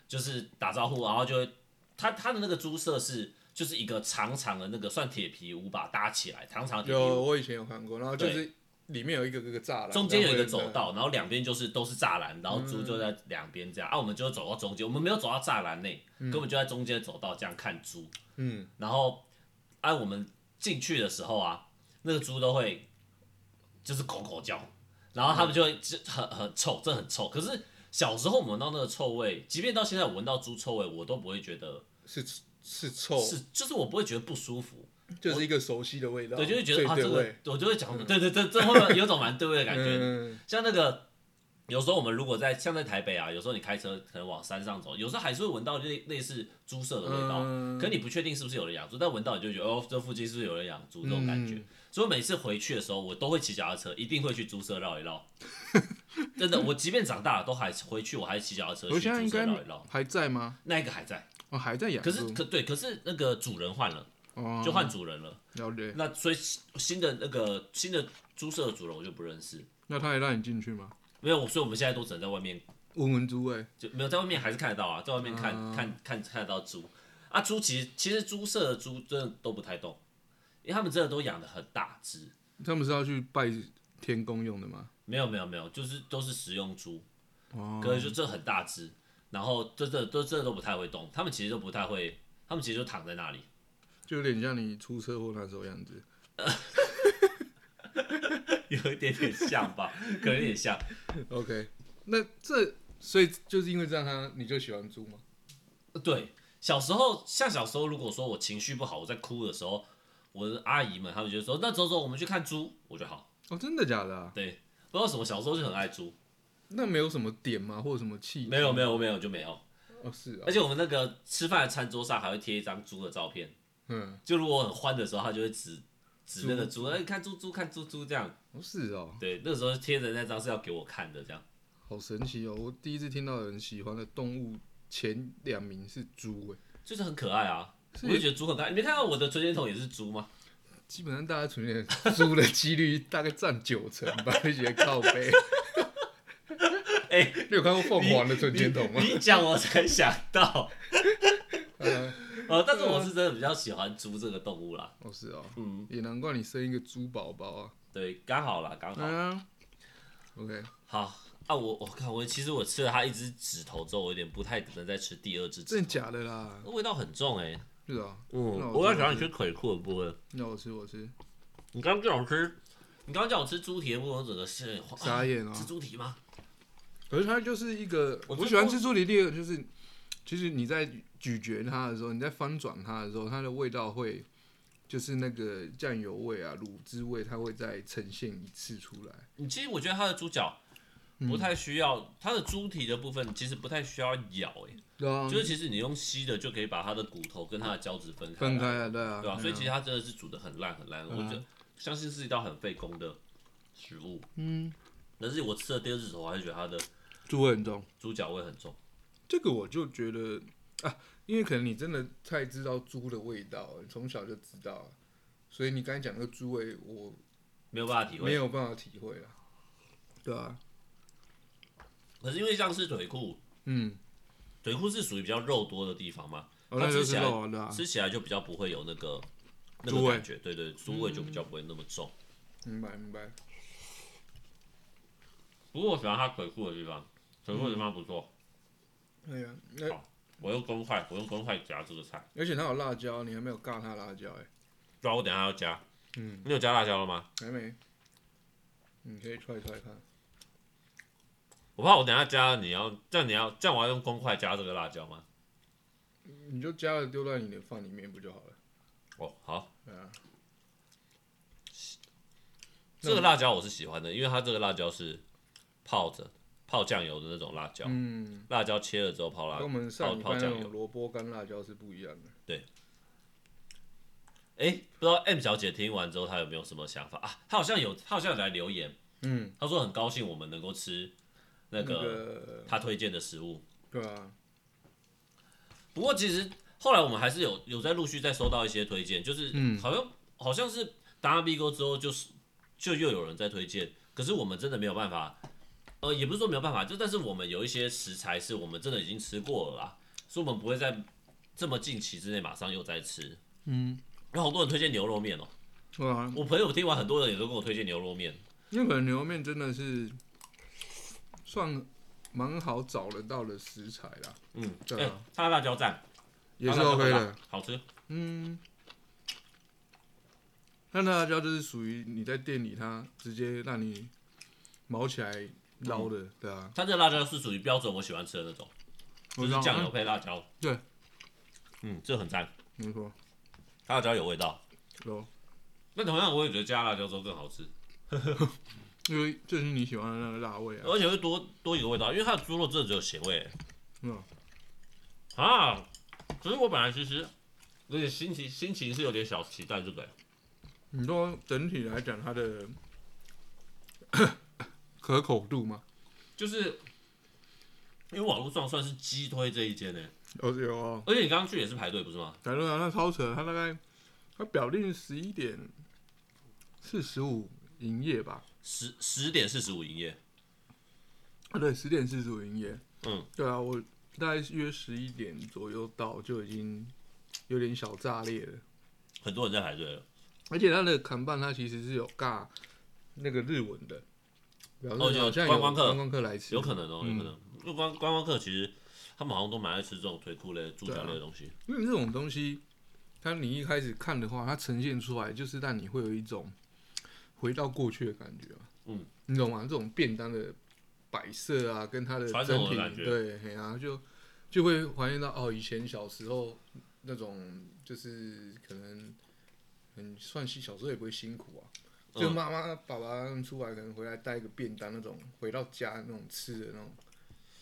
[SPEAKER 1] 就是打招呼，然后就会他他的那个猪舍是就是一个长长的那个算铁皮屋吧，搭起来长长的铁皮
[SPEAKER 2] 有
[SPEAKER 1] 屋，
[SPEAKER 2] 我以前有看过，然后就是里面有一个个个栅栏，
[SPEAKER 1] 中间有一个
[SPEAKER 2] 然后
[SPEAKER 1] 走
[SPEAKER 2] 会，嗯
[SPEAKER 1] 道，然后两边就是都是栅栏，然后猪就在两边这样，啊，我们就走到中间，我们没有走到栅栏内，根本就在中间走道这样看猪，
[SPEAKER 2] 嗯，
[SPEAKER 1] 然后按、我们进去的时候啊，那个猪都会就是口口叫，然后他们就会就很很臭，真的很臭。可是小时候我闻到那个臭味，即便到现在我闻到猪臭味，我都不会觉得
[SPEAKER 2] 是是臭，
[SPEAKER 1] 是，就是我不会觉得不舒服，
[SPEAKER 2] 就是一个熟悉的味道，
[SPEAKER 1] 对，就会觉得
[SPEAKER 2] 对
[SPEAKER 1] 啊
[SPEAKER 2] 对
[SPEAKER 1] 这个
[SPEAKER 2] 味，，
[SPEAKER 1] 我就会讲对对对，这后面有种蛮对味的感觉。
[SPEAKER 2] 嗯，
[SPEAKER 1] 像那个有时候我们如果在像在台北啊，有时候你开车可能往山上走，有时候还是会闻到类类似猪舍的味道，
[SPEAKER 2] 嗯
[SPEAKER 1] 可你不确定是不是有人养猪，但闻到你就觉得哦，这附近是不是有人养猪这种感觉。
[SPEAKER 2] 嗯
[SPEAKER 1] 所以每次回去的时候，我都会骑脚踏车，一定会去猪舍绕一绕。真的，我即便长大了都还回去，我还骑脚踏车
[SPEAKER 2] 我
[SPEAKER 1] 去
[SPEAKER 2] 现在
[SPEAKER 1] 猪
[SPEAKER 2] 应
[SPEAKER 1] 舍
[SPEAKER 2] 该
[SPEAKER 1] 绕一绕。
[SPEAKER 2] 还在吗？
[SPEAKER 1] 那一个还在，
[SPEAKER 2] 哦，还在养
[SPEAKER 1] 可
[SPEAKER 2] 猪，
[SPEAKER 1] 是可对，可是那个主人换了，
[SPEAKER 2] 哦
[SPEAKER 1] 就换主人了。
[SPEAKER 2] 了解，
[SPEAKER 1] 那所以新的那个新的猪舍的主人我就不认识，
[SPEAKER 2] 那他也让你进去吗？
[SPEAKER 1] 没有，所以我们现在都只能在外面
[SPEAKER 2] 闻闻猪味，
[SPEAKER 1] 就没有在外面还是看得到啊，在外面看、看看看得到猪啊，猪其实其实猪舍的猪真的都不太动，因为他们真的都养的很大只，
[SPEAKER 2] 他们是要去拜天公用的吗？
[SPEAKER 1] 没有没有没有，就是都是食用猪，
[SPEAKER 2] 哦，
[SPEAKER 1] 可是就这很大只，然后真的都真的都不太会动，他们其实都不太会，他们其实就躺在那里，
[SPEAKER 2] 就有点像你出车祸那时候样子，
[SPEAKER 1] 有一点点像吧，可能有点像，
[SPEAKER 2] OK，那这所以就是因为这样他，你就喜欢猪吗？
[SPEAKER 1] 呃对，小时候像小时候，如果说我情绪不好，我在哭的时候，我的阿姨们她们就说那走走，我们去看猪，我就好，
[SPEAKER 2] 哦，真的假的啊？
[SPEAKER 1] 对，不知道为什么小时候就很爱猪。
[SPEAKER 2] 那没有什么点吗，或者什么气？
[SPEAKER 1] 没有没有我没有就没有，
[SPEAKER 2] 有，哦是啊
[SPEAKER 1] 而，且我们那个吃饭的餐桌上还会贴一张猪的照片，
[SPEAKER 2] 嗯，
[SPEAKER 1] 就如果我很欢的时候，他就会指指那个猪，哎、看猪猪看猪猪这样，
[SPEAKER 2] 哦是哦，
[SPEAKER 1] 对，那时候贴的那张是要给我看的，这样
[SPEAKER 2] 好神奇哦！我第一次听到有人喜欢的动物前两名是猪，哎，
[SPEAKER 1] 就是很可爱啊，我就觉得猪很可爱。你没看到我的存钱筒也是猪吗？
[SPEAKER 2] 基本上大家存点猪的几率大概占九成吧，你觉得靠背？
[SPEAKER 1] 哎
[SPEAKER 2] 你有看过凤凰的存钱筒吗？
[SPEAKER 1] 你讲我才想 到，
[SPEAKER 2] 嗯
[SPEAKER 1] 呃，但是我是真的比较喜欢猪这个动物啦，
[SPEAKER 2] 哦是哦，
[SPEAKER 1] 嗯，
[SPEAKER 2] 也难怪你生一个猪宝宝啊。
[SPEAKER 1] 对，刚好啦，刚好。
[SPEAKER 2] 嗯啊，OK，
[SPEAKER 1] 好啊，我我看我其实我吃了它一只指头之后，我有点不太能再吃第二只指
[SPEAKER 2] 真的
[SPEAKER 1] 头，
[SPEAKER 2] 假的啦？
[SPEAKER 1] 那味道很重哎、
[SPEAKER 2] 是啊，那
[SPEAKER 1] 嗯，
[SPEAKER 2] 我
[SPEAKER 1] 我要
[SPEAKER 2] 就
[SPEAKER 1] 想
[SPEAKER 2] 是
[SPEAKER 1] 你吃腿裤的部分。
[SPEAKER 2] 那我吃我吃，
[SPEAKER 1] 你刚刚叫我吃，你刚刚叫我吃猪蹄的部分，我整个是
[SPEAKER 2] 傻眼哦
[SPEAKER 1] 啊吃猪蹄吗？
[SPEAKER 2] 可是它就是一个，
[SPEAKER 1] 我
[SPEAKER 2] 我
[SPEAKER 1] 最
[SPEAKER 2] 喜欢吃猪蹄。第二个就是，其实你在咀嚼它的时候，你在翻转它的时候，它的味道会，就是那个酱油味啊、卤汁味，它会再呈现一次出来。
[SPEAKER 1] 你其实我觉得它的猪脚
[SPEAKER 2] 嗯
[SPEAKER 1] 不太需要，它的猪蹄的部分其实不太需要咬、欸，
[SPEAKER 2] 对啊，
[SPEAKER 1] 就是其实你用吸的就可以把它的骨头跟它的胶质分开，
[SPEAKER 2] 分开，嗯啊，对啊，
[SPEAKER 1] 对吧、所以其
[SPEAKER 2] 实
[SPEAKER 1] 实它真的是煮的很烂很烂，我觉得相信是一道很费工的食物。
[SPEAKER 2] 嗯，
[SPEAKER 1] 但是我吃了第二只手，我还是觉得它的
[SPEAKER 2] 猪味很重。
[SPEAKER 1] 猪脚味很重。
[SPEAKER 2] 这个我就觉得啊，因为可能你真的太知道猪的味道，你从小就知道，所以你刚才讲那个猪味，我
[SPEAKER 1] 没有办法体
[SPEAKER 2] 没
[SPEAKER 1] 会，
[SPEAKER 2] 有办法体会了。对啊，
[SPEAKER 1] 可是因为像是腿裤，
[SPEAKER 2] 嗯，
[SPEAKER 1] 腿裤是属于比较肉多的地方嘛，
[SPEAKER 2] 哦，
[SPEAKER 1] 它
[SPEAKER 2] 那就
[SPEAKER 1] 吃起
[SPEAKER 2] 是
[SPEAKER 1] 来
[SPEAKER 2] 肉啊，对啊，
[SPEAKER 1] 吃起来就比较不会有那个那
[SPEAKER 2] 猪
[SPEAKER 1] 个
[SPEAKER 2] 味
[SPEAKER 1] 感觉，对对，猪味就比较不会那么重。
[SPEAKER 2] 明白明白。
[SPEAKER 1] 不过我喜欢它腿裤的地方，腿裤的地方不错。
[SPEAKER 2] 哎呀，那
[SPEAKER 1] 我用公筷，我用公筷夹这个菜，
[SPEAKER 2] 而且它有辣椒，你还没有尬它辣椒哎、
[SPEAKER 1] 对啊，我等一下要加。
[SPEAKER 2] 嗯，
[SPEAKER 1] 你有加辣椒了吗？
[SPEAKER 2] 还没，你可以踹踹看。
[SPEAKER 1] 我怕我等一下加，你要这样你要这样我要用公筷加这个辣椒吗？
[SPEAKER 2] 你就加了丢在你的饭里面不就好了？
[SPEAKER 1] 哦，好。
[SPEAKER 2] 对啊，
[SPEAKER 1] 这个辣椒我是喜欢的，因为它这个辣椒是泡着泡酱油的那种辣椒，
[SPEAKER 2] 嗯，
[SPEAKER 1] 辣椒切了之后泡辣
[SPEAKER 2] 跟我们
[SPEAKER 1] 泡
[SPEAKER 2] 上礼拜
[SPEAKER 1] 泡
[SPEAKER 2] 那
[SPEAKER 1] 酱油
[SPEAKER 2] 种。萝卜干辣椒是不一样的。
[SPEAKER 1] 哎、不知道 M 小姐听完之后她有没有什么想法啊？她好像有，她好像有来留言。
[SPEAKER 2] 嗯，
[SPEAKER 1] 他说很高兴我们能够吃那
[SPEAKER 2] 那
[SPEAKER 1] 个
[SPEAKER 2] 个
[SPEAKER 1] 他推荐的食物。
[SPEAKER 2] 对啊，
[SPEAKER 1] 不过其实后来我们还是有有在陆续再收到一些推荐，就是
[SPEAKER 2] 嗯
[SPEAKER 1] 好像、好像是达拉比沟之后，就是就又有人在推荐，可是我们真的没有办法，呃，也不是说没有办法，就但是我们有一些食材是我们真的已经吃过了啦，所以我们不会在这么近期之内马上又再吃。
[SPEAKER 2] 嗯，
[SPEAKER 1] 有好多人推荐牛肉面哦、
[SPEAKER 2] 对啊，
[SPEAKER 1] 我朋友听完很多人也都跟我推荐牛肉面，
[SPEAKER 2] 因为可能牛肉面真的是算蛮好找得到的食材啦，
[SPEAKER 1] 嗯，
[SPEAKER 2] 对啊
[SPEAKER 1] 哎它的辣椒赞
[SPEAKER 2] 也是
[SPEAKER 1] 它的辣椒
[SPEAKER 2] OK
[SPEAKER 1] 很辣
[SPEAKER 2] 的。
[SPEAKER 1] 好吃。
[SPEAKER 2] 嗯，那辣椒就是属于你在店里它直接让你毛起来
[SPEAKER 1] 嗯
[SPEAKER 2] 捞的，对啊，
[SPEAKER 1] 它这个辣椒是属于标准我喜欢吃的那种，就
[SPEAKER 2] 我知道
[SPEAKER 1] 是酱油，配辣椒。
[SPEAKER 2] 对，
[SPEAKER 1] 嗯，这很赞，
[SPEAKER 2] 没错，
[SPEAKER 1] 辣椒有味道。
[SPEAKER 2] 有，
[SPEAKER 1] 那同样我也觉得加辣椒之后更好吃，
[SPEAKER 2] 因为这是你喜欢的那个辣味啊，
[SPEAKER 1] 而且会多多一个味道，因为它的猪肉真的只有咸味。
[SPEAKER 2] 嗯，
[SPEAKER 1] 啊，可是我本来其实有点心情心情是有点小期待这个、
[SPEAKER 2] 你说整体来讲它的 可口度嘛，
[SPEAKER 1] 就是因为网络上算是击推这一间呢、
[SPEAKER 2] 有有哦。
[SPEAKER 1] 而且你刚刚去也是排队不是吗？
[SPEAKER 2] 台论啊，那超扯，他大概他表定十一点四十五营业吧？
[SPEAKER 1] 十十点四十五营业，
[SPEAKER 2] 啊，对，十点四十五营业。
[SPEAKER 1] 嗯，
[SPEAKER 2] 对啊，我大概约十一点左右到，就已经有点小炸裂了。
[SPEAKER 1] 很多人在排队了。
[SPEAKER 2] 而且他的扛棒，他其实是有尬那个日文的，表示
[SPEAKER 1] 哦有
[SPEAKER 2] 好像有
[SPEAKER 1] 观光客
[SPEAKER 2] 观光客来吃，
[SPEAKER 1] 有可能哦、
[SPEAKER 2] 嗯
[SPEAKER 1] 有可能。因为观观光客其实他们好像都蛮爱吃这种腿裤类、猪
[SPEAKER 2] 啊
[SPEAKER 1] 脚类的东西。
[SPEAKER 2] 因为这种东西，它你一开始看的话，它呈现出来就是让你会有一种回到过去的感觉啊。
[SPEAKER 1] 嗯，
[SPEAKER 2] 你懂吗？这种便当的摆设啊，跟它的
[SPEAKER 1] 传
[SPEAKER 2] 整
[SPEAKER 1] 统
[SPEAKER 2] 体
[SPEAKER 1] 的感觉
[SPEAKER 2] 对，嘿啊，就就会怀念到哦，以前小时候那种就是可能很算是小时候也不会辛苦啊。就
[SPEAKER 1] 嗯
[SPEAKER 2] 妈妈、爸爸他们出来，可能回来带一个便当那种，回到家那种吃的那种，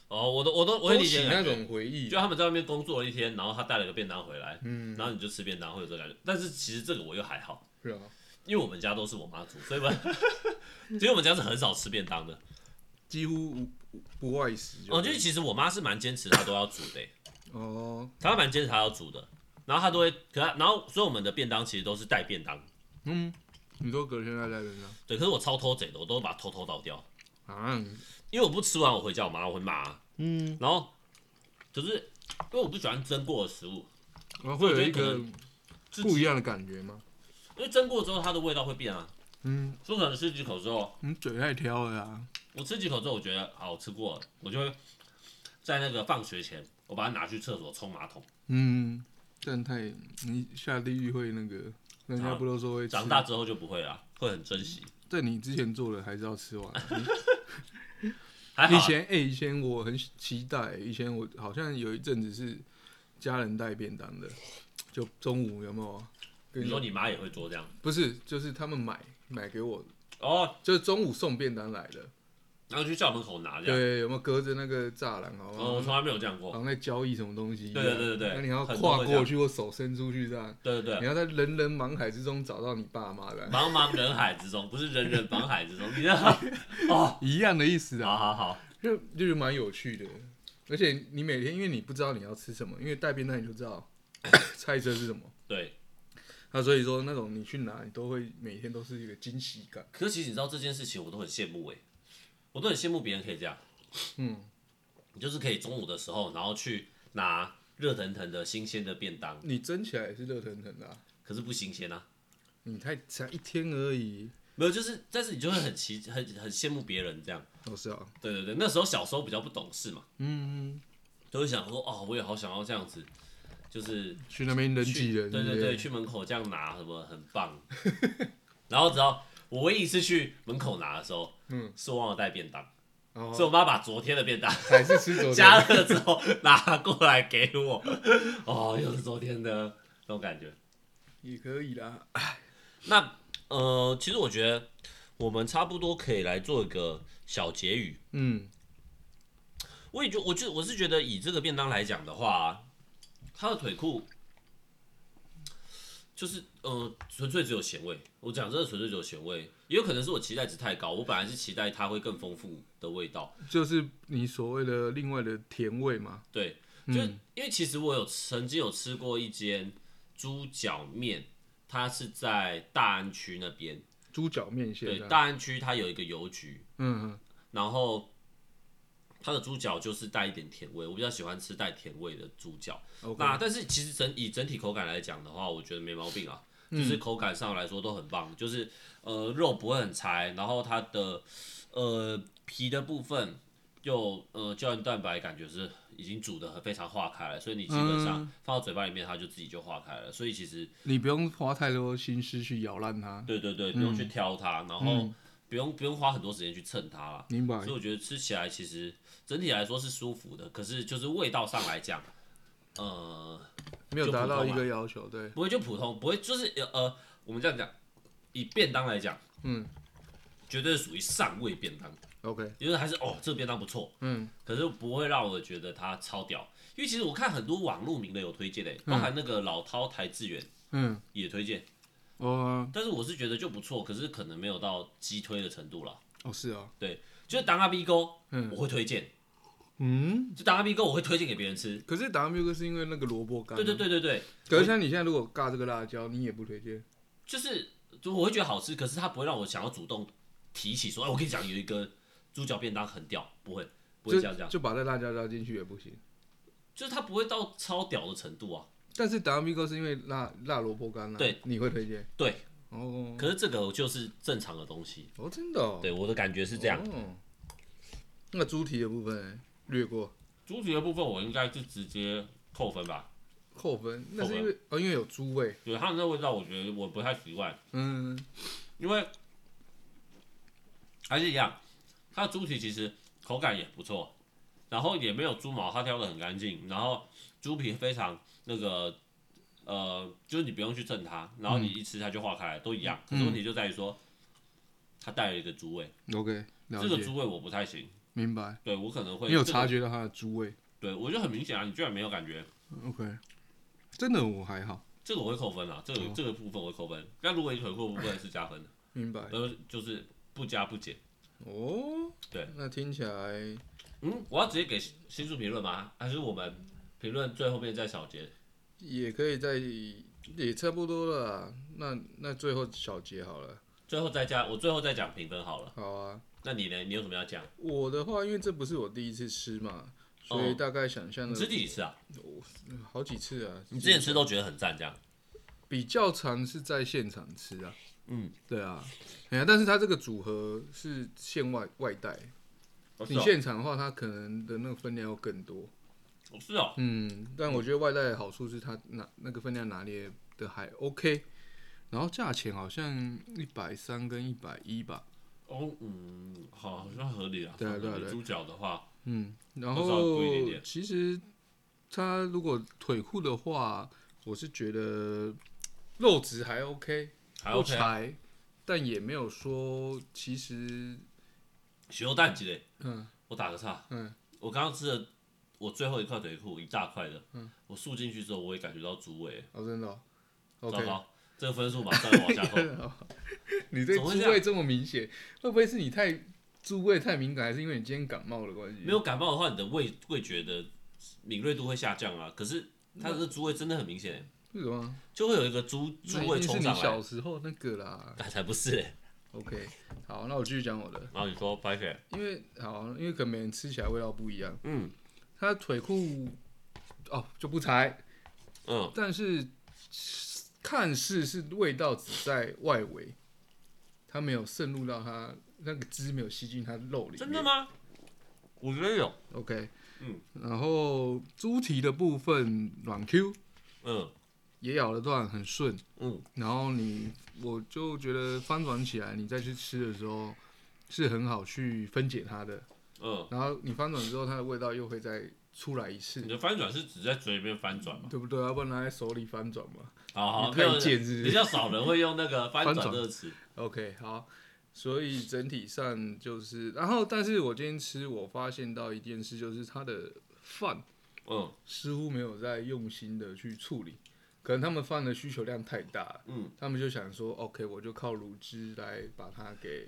[SPEAKER 1] 哦，我都我都我会理解你
[SPEAKER 2] 勾
[SPEAKER 1] 的
[SPEAKER 2] 起那
[SPEAKER 1] 感觉
[SPEAKER 2] 种回忆啊
[SPEAKER 1] 就。他们在外面工作了一天，然后他带了个便当回来，
[SPEAKER 2] 嗯，
[SPEAKER 1] 然后你就吃便当会有这个感觉。但是其实这个我又还好，
[SPEAKER 2] 是啊，
[SPEAKER 1] 因为我们家都是我妈煮，所以我们其实我们家是很少吃便当的。
[SPEAKER 2] 几乎无无不外食就
[SPEAKER 1] 哦，
[SPEAKER 2] 对
[SPEAKER 1] 就是其实我妈是蛮坚持她都要煮的欸、
[SPEAKER 2] 哦，
[SPEAKER 1] 她蛮坚持她要煮的，然后她都会，可她然后所以我们的便当其实都是带便当，
[SPEAKER 2] 嗯，你说隔天再来人啊？
[SPEAKER 1] 对。可是我超偷贼的，我都把它偷偷倒掉，
[SPEAKER 2] 啊，
[SPEAKER 1] 因为我不吃完我回家我妈会骂，啊
[SPEAKER 2] 嗯，
[SPEAKER 1] 然后可是因为我不喜欢蒸过的食物，
[SPEAKER 2] 然后啊会有
[SPEAKER 1] 所以
[SPEAKER 2] 一
[SPEAKER 1] 我觉得
[SPEAKER 2] 个
[SPEAKER 1] 可自己
[SPEAKER 2] 不一样的感觉吗？
[SPEAKER 1] 因为蒸过之后它的味道会变啊，
[SPEAKER 2] 嗯，
[SPEAKER 1] 所以可能吃几口之后。
[SPEAKER 2] 你嘴太挑了啊。
[SPEAKER 1] 我吃几口之后，我觉得好我吃过了，我就会在那个放学前，我把它拿去厕所冲马桶。
[SPEAKER 2] 嗯，但太你下地狱会那个，人家
[SPEAKER 1] 长
[SPEAKER 2] 不都说会吃
[SPEAKER 1] 长大，之后就不会了，会很珍惜。
[SPEAKER 2] 在你之前做的还是要吃完。
[SPEAKER 1] 还好
[SPEAKER 2] 以
[SPEAKER 1] 啊，
[SPEAKER 2] 前哎、以前我很期待，以前我好像有一阵子是家人带便当的，就中午有没有？跟
[SPEAKER 1] 你说你妈也会做这样
[SPEAKER 2] 不是，就是他们买买给我，
[SPEAKER 1] 哦，
[SPEAKER 2] 就是中午送便当来的。
[SPEAKER 1] 然后去校门口拿这样。
[SPEAKER 2] 对，有没有隔着那个栅栏？好
[SPEAKER 1] 哦，
[SPEAKER 2] 不好？
[SPEAKER 1] 我从来没有这样过
[SPEAKER 2] 好。像在交易什么东西。
[SPEAKER 1] 对对对对对
[SPEAKER 2] 那你要
[SPEAKER 1] 很
[SPEAKER 2] 跨
[SPEAKER 1] 多会这样
[SPEAKER 2] 过去或手伸出去这样，
[SPEAKER 1] 对对
[SPEAKER 2] 你
[SPEAKER 1] 对，
[SPEAKER 2] 要在人人茫海之中找到你爸妈 的，
[SPEAKER 1] 茫茫人海之中，不是人人茫海之中，你知道吗？哦，
[SPEAKER 2] 一样的意思啊，
[SPEAKER 1] 好好好，
[SPEAKER 2] 就就是蛮有趣的。而且你每天因为你不知道你要吃什么，因为带便当你就知道 菜色是什么，
[SPEAKER 1] 对。
[SPEAKER 2] 那所以说那种你去拿，你都会每天都是一个惊喜感。
[SPEAKER 1] 可是其实你知道这件事情，我都很羡慕哎、我都很羡慕别人可以这样。
[SPEAKER 2] 嗯，
[SPEAKER 1] 你就是可以中午的时候，然后去拿热腾腾的新鲜的便当，
[SPEAKER 2] 你蒸起来也是热腾腾的啊、
[SPEAKER 1] 可是不新鲜啊。
[SPEAKER 2] 你才才一天而已。
[SPEAKER 1] 没有，就是，但是你就会很奇，很很羡慕别人这样。
[SPEAKER 2] 哦，是啊，
[SPEAKER 1] 对对对，那时候小时候比较不懂事嘛，
[SPEAKER 2] 嗯，
[SPEAKER 1] 都会想说，哦，我也好想要这样子，就是
[SPEAKER 2] 去那边人挤
[SPEAKER 1] 去，
[SPEAKER 2] 人，
[SPEAKER 1] 对
[SPEAKER 2] 对
[SPEAKER 1] 对对，，去门口这样拿什么很棒。 然后只要我唯一一次去门口拿的时候，嗯，是忘了带便当，
[SPEAKER 2] 哦
[SPEAKER 1] 所以我妈把昨天的便当
[SPEAKER 2] 还是吃昨 天
[SPEAKER 1] 加热之后拿过来给我， 哦，又是昨天的那种感觉。
[SPEAKER 2] 也可以啦。
[SPEAKER 1] 那呃，其实我觉得我们差不多可以来做一个小结语。
[SPEAKER 2] 嗯，
[SPEAKER 1] 我也觉，我就我是觉得以这个便当来讲的话，它的腿裤就是呃，纯粹只有咸味。我讲真的，纯粹只有咸味，也有可能是我期待值太高。我本来是期待它会更丰富的味道，
[SPEAKER 2] 就是你所谓的另外的甜味嘛。
[SPEAKER 1] 对。就因为其实我有曾经有吃过一间猪脚面，它是在大安区那边，
[SPEAKER 2] 猪脚面线
[SPEAKER 1] 对，
[SPEAKER 2] 这样，
[SPEAKER 1] 大安区它有一个邮局，
[SPEAKER 2] 嗯，嗯
[SPEAKER 1] 然后它的猪脚就是带一点甜味，我比较喜欢吃带甜味的猪脚。
[SPEAKER 2] ，OK，
[SPEAKER 1] 那但是其实整以整体口感来讲的话，我觉得没毛病啊，就是口感上来说都很棒，就是呃肉不会很柴，然后它的呃皮的部分又呃胶原蛋白感觉是已经煮的非常化开了，所以你基本上放到嘴巴里面它就自己就化开了，所以其实
[SPEAKER 2] 你不用花太多心思去咬烂它，
[SPEAKER 1] 对对对，不用去挑它，然后不用不用花很多时间去蹭它啦。
[SPEAKER 2] 明白
[SPEAKER 1] 所以？我觉得吃起来其实整体来说是舒服的，可是就是味道上来讲，呃，
[SPEAKER 2] 没有达到
[SPEAKER 1] 就普
[SPEAKER 2] 一
[SPEAKER 1] 通
[SPEAKER 2] 个要求，对，
[SPEAKER 1] 不会就普通，不会就是呃呃，我们这样讲，以便当来讲，
[SPEAKER 2] 嗯，
[SPEAKER 1] 绝对是属于上位便当，
[SPEAKER 2] ，OK，
[SPEAKER 1] 因为还是哦这个便当不错，
[SPEAKER 2] 嗯，
[SPEAKER 1] 可是不会让我觉得它超屌，因为其实我看很多网络名的有推荐的、包含那个老饕台志远
[SPEAKER 2] 嗯，
[SPEAKER 1] 也推荐，
[SPEAKER 2] 哦，
[SPEAKER 1] 但是我是觉得就不错，可是可能没有到击推的程度啦。
[SPEAKER 2] 哦，是啊，
[SPEAKER 1] 就是当阿 B 哥，我会推荐，
[SPEAKER 2] 嗯，
[SPEAKER 1] 就当阿 B 哥我会推荐给别人吃。
[SPEAKER 2] 可是打 W 哥是因为那个萝卜干，啊
[SPEAKER 1] 对对，对对对，
[SPEAKER 2] 可是像你现在如果尬这个辣椒，你也不推荐，
[SPEAKER 1] 就是就我会觉得好吃，可是它不会让我想要主动提起说，哎，我跟你讲有一个猪脚便当很屌，不会不会
[SPEAKER 2] 就
[SPEAKER 1] 这样这样，
[SPEAKER 2] 就把这辣椒加进去也不行。
[SPEAKER 1] 就是它不会到超屌的程度啊。
[SPEAKER 2] 但是达米哥是因为辣辣萝卜干啦，啊
[SPEAKER 1] 对，
[SPEAKER 2] 你会推荐？
[SPEAKER 1] 对，
[SPEAKER 2] 哦，
[SPEAKER 1] 可是这个就是正常的东西，
[SPEAKER 2] 哦，真的、哦，
[SPEAKER 1] 对我的感觉是这样。
[SPEAKER 2] 哦，那猪蹄的部分欸略过
[SPEAKER 1] 猪蹄的部分我应该是直接扣分吧，
[SPEAKER 2] 扣分，那是因为哦，因为有猪味，
[SPEAKER 1] 对它的那味道我觉得我不太习惯，
[SPEAKER 2] 嗯，
[SPEAKER 1] 因为还是一样，它的猪蹄其实口感也不错，然后也没有猪毛，它挑的很干净，然后猪皮非常那个呃，就是你不用去蹭它，然后
[SPEAKER 2] 嗯
[SPEAKER 1] 你一吃它就化开来，都一样。可是问题就在于说，它带了一个猪味，
[SPEAKER 2] OK，了
[SPEAKER 1] 这个
[SPEAKER 2] 解，
[SPEAKER 1] 猪味我不太行，
[SPEAKER 2] 明白。
[SPEAKER 1] 对我可能会
[SPEAKER 2] 你有
[SPEAKER 1] 这个
[SPEAKER 2] 察觉到它的猪味
[SPEAKER 1] 对我就很明显啊，你居然没有感觉，
[SPEAKER 2] ？OK，真的我还好，
[SPEAKER 1] 这个我会扣分啊，这
[SPEAKER 2] 哦
[SPEAKER 1] 个、这个部分我会扣分。那如果你腿扣部分是加分的，
[SPEAKER 2] 明白。
[SPEAKER 1] 呃，就是不加不减。
[SPEAKER 2] 哦，
[SPEAKER 1] 对，
[SPEAKER 2] 那听起来
[SPEAKER 1] 嗯，我要直接给新书评论吗？还是我们评论最后面再小结？
[SPEAKER 2] 也可以在，也差不多了啦。那那最后小结好了，
[SPEAKER 1] 最后再加，我最后再讲评分好了。
[SPEAKER 2] 好啊。
[SPEAKER 1] 那你呢？你有什么要讲？
[SPEAKER 2] 我的话，因为这不是我第一次吃嘛，所以大概想象
[SPEAKER 1] 哦你
[SPEAKER 2] 的、
[SPEAKER 1] 吃几次啊？
[SPEAKER 2] 好几次啊。
[SPEAKER 1] 你之前吃都觉得很赞，这样
[SPEAKER 2] 比较常是在现场吃啊。
[SPEAKER 1] 嗯，
[SPEAKER 2] 对啊，哎呀，但是它这个组合是现外外带，
[SPEAKER 1] 哦是
[SPEAKER 2] 你
[SPEAKER 1] 哦
[SPEAKER 2] 现场的话，它可能的那个分量要更多。
[SPEAKER 1] 哦是哦，
[SPEAKER 2] 嗯，但我觉得外带的好处是它拿那个分量拿捏的还 OK，然后价钱好像一百三跟一百一吧。
[SPEAKER 1] 哦嗯，好，好像合理啊。
[SPEAKER 2] 对啊
[SPEAKER 1] 合理
[SPEAKER 2] 对啊对啊
[SPEAKER 1] 猪脚的话，
[SPEAKER 2] 嗯，然
[SPEAKER 1] 多少
[SPEAKER 2] 后
[SPEAKER 1] 贵一点点
[SPEAKER 2] 其实它如果腿裤的话，我是觉得肉质还 OK，
[SPEAKER 1] 还
[SPEAKER 2] 不
[SPEAKER 1] OK 啊。
[SPEAKER 2] 柴，但也没有说其实
[SPEAKER 1] 血肉蛋鸡嘞，
[SPEAKER 2] 嗯，
[SPEAKER 1] 我打个岔，
[SPEAKER 2] 嗯，
[SPEAKER 1] 我刚刚吃了我最后一块腿裤，一大块的，嗯，我漱进去之后，我也感觉到猪味，
[SPEAKER 2] 哦真的、哦、
[SPEAKER 1] 糟
[SPEAKER 2] OK。哦
[SPEAKER 1] 糕，这个分数马上往下扣。
[SPEAKER 2] 你对
[SPEAKER 1] 怎
[SPEAKER 2] 猪
[SPEAKER 1] 么会这样
[SPEAKER 2] 味这么明显，会不会是你太猪味太敏感，还是因为你今天感冒的关系？
[SPEAKER 1] 没有感冒的话，你的味味觉的敏锐度会下降啊。可是它的猪味真的很明显，
[SPEAKER 2] 为什么？
[SPEAKER 1] 就会有一个猪猪
[SPEAKER 2] 那
[SPEAKER 1] 味
[SPEAKER 2] 一定是
[SPEAKER 1] 冲
[SPEAKER 2] 你
[SPEAKER 1] 上
[SPEAKER 2] 小
[SPEAKER 1] 来。
[SPEAKER 2] 时候那个啦。
[SPEAKER 1] 那才不是嘞。
[SPEAKER 2] OK，好，那我继续讲我的，
[SPEAKER 1] 然后你说白雪，
[SPEAKER 2] 因为好，因为可能每人吃起来味道不一样。
[SPEAKER 1] 嗯
[SPEAKER 2] 它腿裤哦就不柴，
[SPEAKER 1] 嗯，
[SPEAKER 2] 但是看似是味道只在外围，它没有渗入到它那个汁没有吸进它肉里面。
[SPEAKER 1] 真的吗？我觉得有，
[SPEAKER 2] OK，
[SPEAKER 1] 嗯，
[SPEAKER 2] 然后猪蹄的部分软 Q，
[SPEAKER 1] 嗯
[SPEAKER 2] 也咬了段很顺，
[SPEAKER 1] 嗯，
[SPEAKER 2] 然后你我就觉得翻转起来，你再去吃的时候是很好去分解它的，
[SPEAKER 1] 嗯。
[SPEAKER 2] 然后你翻转之后，它的味道又会再出来一次
[SPEAKER 1] 你，的翻转是只在嘴里面翻转吗？
[SPEAKER 2] 对不对？要不然拿在手里翻转嘛。
[SPEAKER 1] 好好，
[SPEAKER 2] 嗯
[SPEAKER 1] 没
[SPEAKER 2] 你太
[SPEAKER 1] 有
[SPEAKER 2] 贱是不是
[SPEAKER 1] 比较少人会用那个翻转
[SPEAKER 2] 翻转
[SPEAKER 1] 这个词。
[SPEAKER 2] OK，好，所以整体上就是，然后但是我今天吃，我发现到一件事，就是它的饭
[SPEAKER 1] 嗯
[SPEAKER 2] 似乎没有在用心的去处理，可能他们饭的需求量太大了。
[SPEAKER 1] 嗯，
[SPEAKER 2] 他们就想说，OK，我就靠卤汁来把它给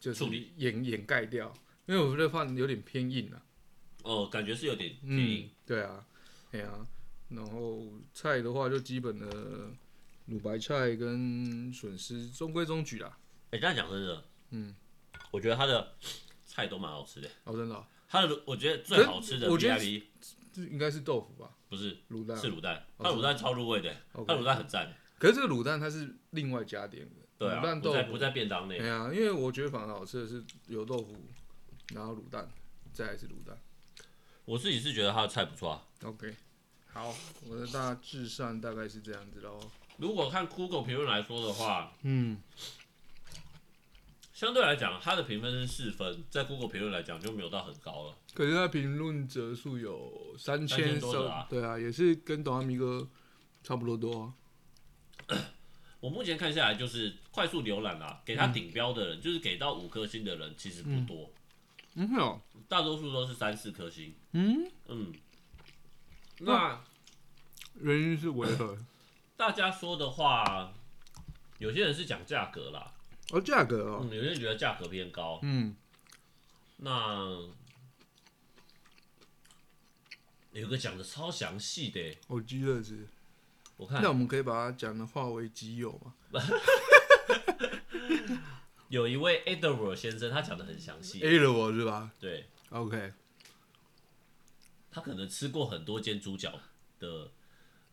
[SPEAKER 2] 就是
[SPEAKER 1] 处理
[SPEAKER 2] 掩掩盖掉，因为我觉得饭有点偏硬啊。
[SPEAKER 1] 哦，感觉是有点偏硬
[SPEAKER 2] 嗯，对啊，哎呀、然后菜的话就基本的卤白菜跟笋丝中规中矩啦。
[SPEAKER 1] 哎、这样讲真的，嗯，我觉得它的菜都蛮好吃的。
[SPEAKER 2] 哦，真的哦、
[SPEAKER 1] 它的我觉得最好吃的
[SPEAKER 2] 我觉得
[SPEAKER 1] VIP
[SPEAKER 2] 这应该是豆腐吧，
[SPEAKER 1] 不是
[SPEAKER 2] 卤蛋。
[SPEAKER 1] 是卤蛋，
[SPEAKER 2] 哦
[SPEAKER 1] 它卤蛋超入味的，
[SPEAKER 2] OK
[SPEAKER 1] 它卤蛋很赞。
[SPEAKER 2] 可是这个卤蛋它是另外加点的，
[SPEAKER 1] 对
[SPEAKER 2] 卤
[SPEAKER 1] 啊，
[SPEAKER 2] 蛋
[SPEAKER 1] 不
[SPEAKER 2] 豆
[SPEAKER 1] 在
[SPEAKER 2] 腐
[SPEAKER 1] 不在便当内
[SPEAKER 2] 哎。呀、因为我觉得反而好吃的是有豆腐，然后卤蛋，再来是卤蛋。
[SPEAKER 1] 我自己是觉得它的菜不错啊。
[SPEAKER 2] OK，好，我的大致上大概是这样子喽。
[SPEAKER 1] 如果看 Google 评论来说的话，
[SPEAKER 2] 嗯，
[SPEAKER 1] 相对来讲它的评分是四分，在 Google 评论来讲就没有到很高了。
[SPEAKER 2] 可是他评论者数有
[SPEAKER 1] 3000
[SPEAKER 2] 三千
[SPEAKER 1] 多则啊
[SPEAKER 2] 对啊，也是跟董阿咪哥差不多多啊、
[SPEAKER 1] 我目前看下来就是快速浏览啦，给它顶标的人，就是给到五颗星的人其实不多，
[SPEAKER 2] 嗯哼哦，
[SPEAKER 1] 大多数都是三四颗星。
[SPEAKER 2] 嗯，
[SPEAKER 1] 嗯，那
[SPEAKER 2] 原因是为何？
[SPEAKER 1] 大家说的话，有些人是讲价格啦，
[SPEAKER 2] 哦，价格哦，
[SPEAKER 1] 嗯，有些人觉得价格偏高。
[SPEAKER 2] 嗯
[SPEAKER 1] 那有一个讲的超详细的耶，
[SPEAKER 2] 我哦鸡乐子。
[SPEAKER 1] 我看
[SPEAKER 2] 那我们可以把它讲的化为己有嘛？
[SPEAKER 1] 有一位 Edward 先生，他讲的很详细，
[SPEAKER 2] A 了我是吧
[SPEAKER 1] 对
[SPEAKER 2] ？OK，
[SPEAKER 1] 他可能吃过很多间猪脚的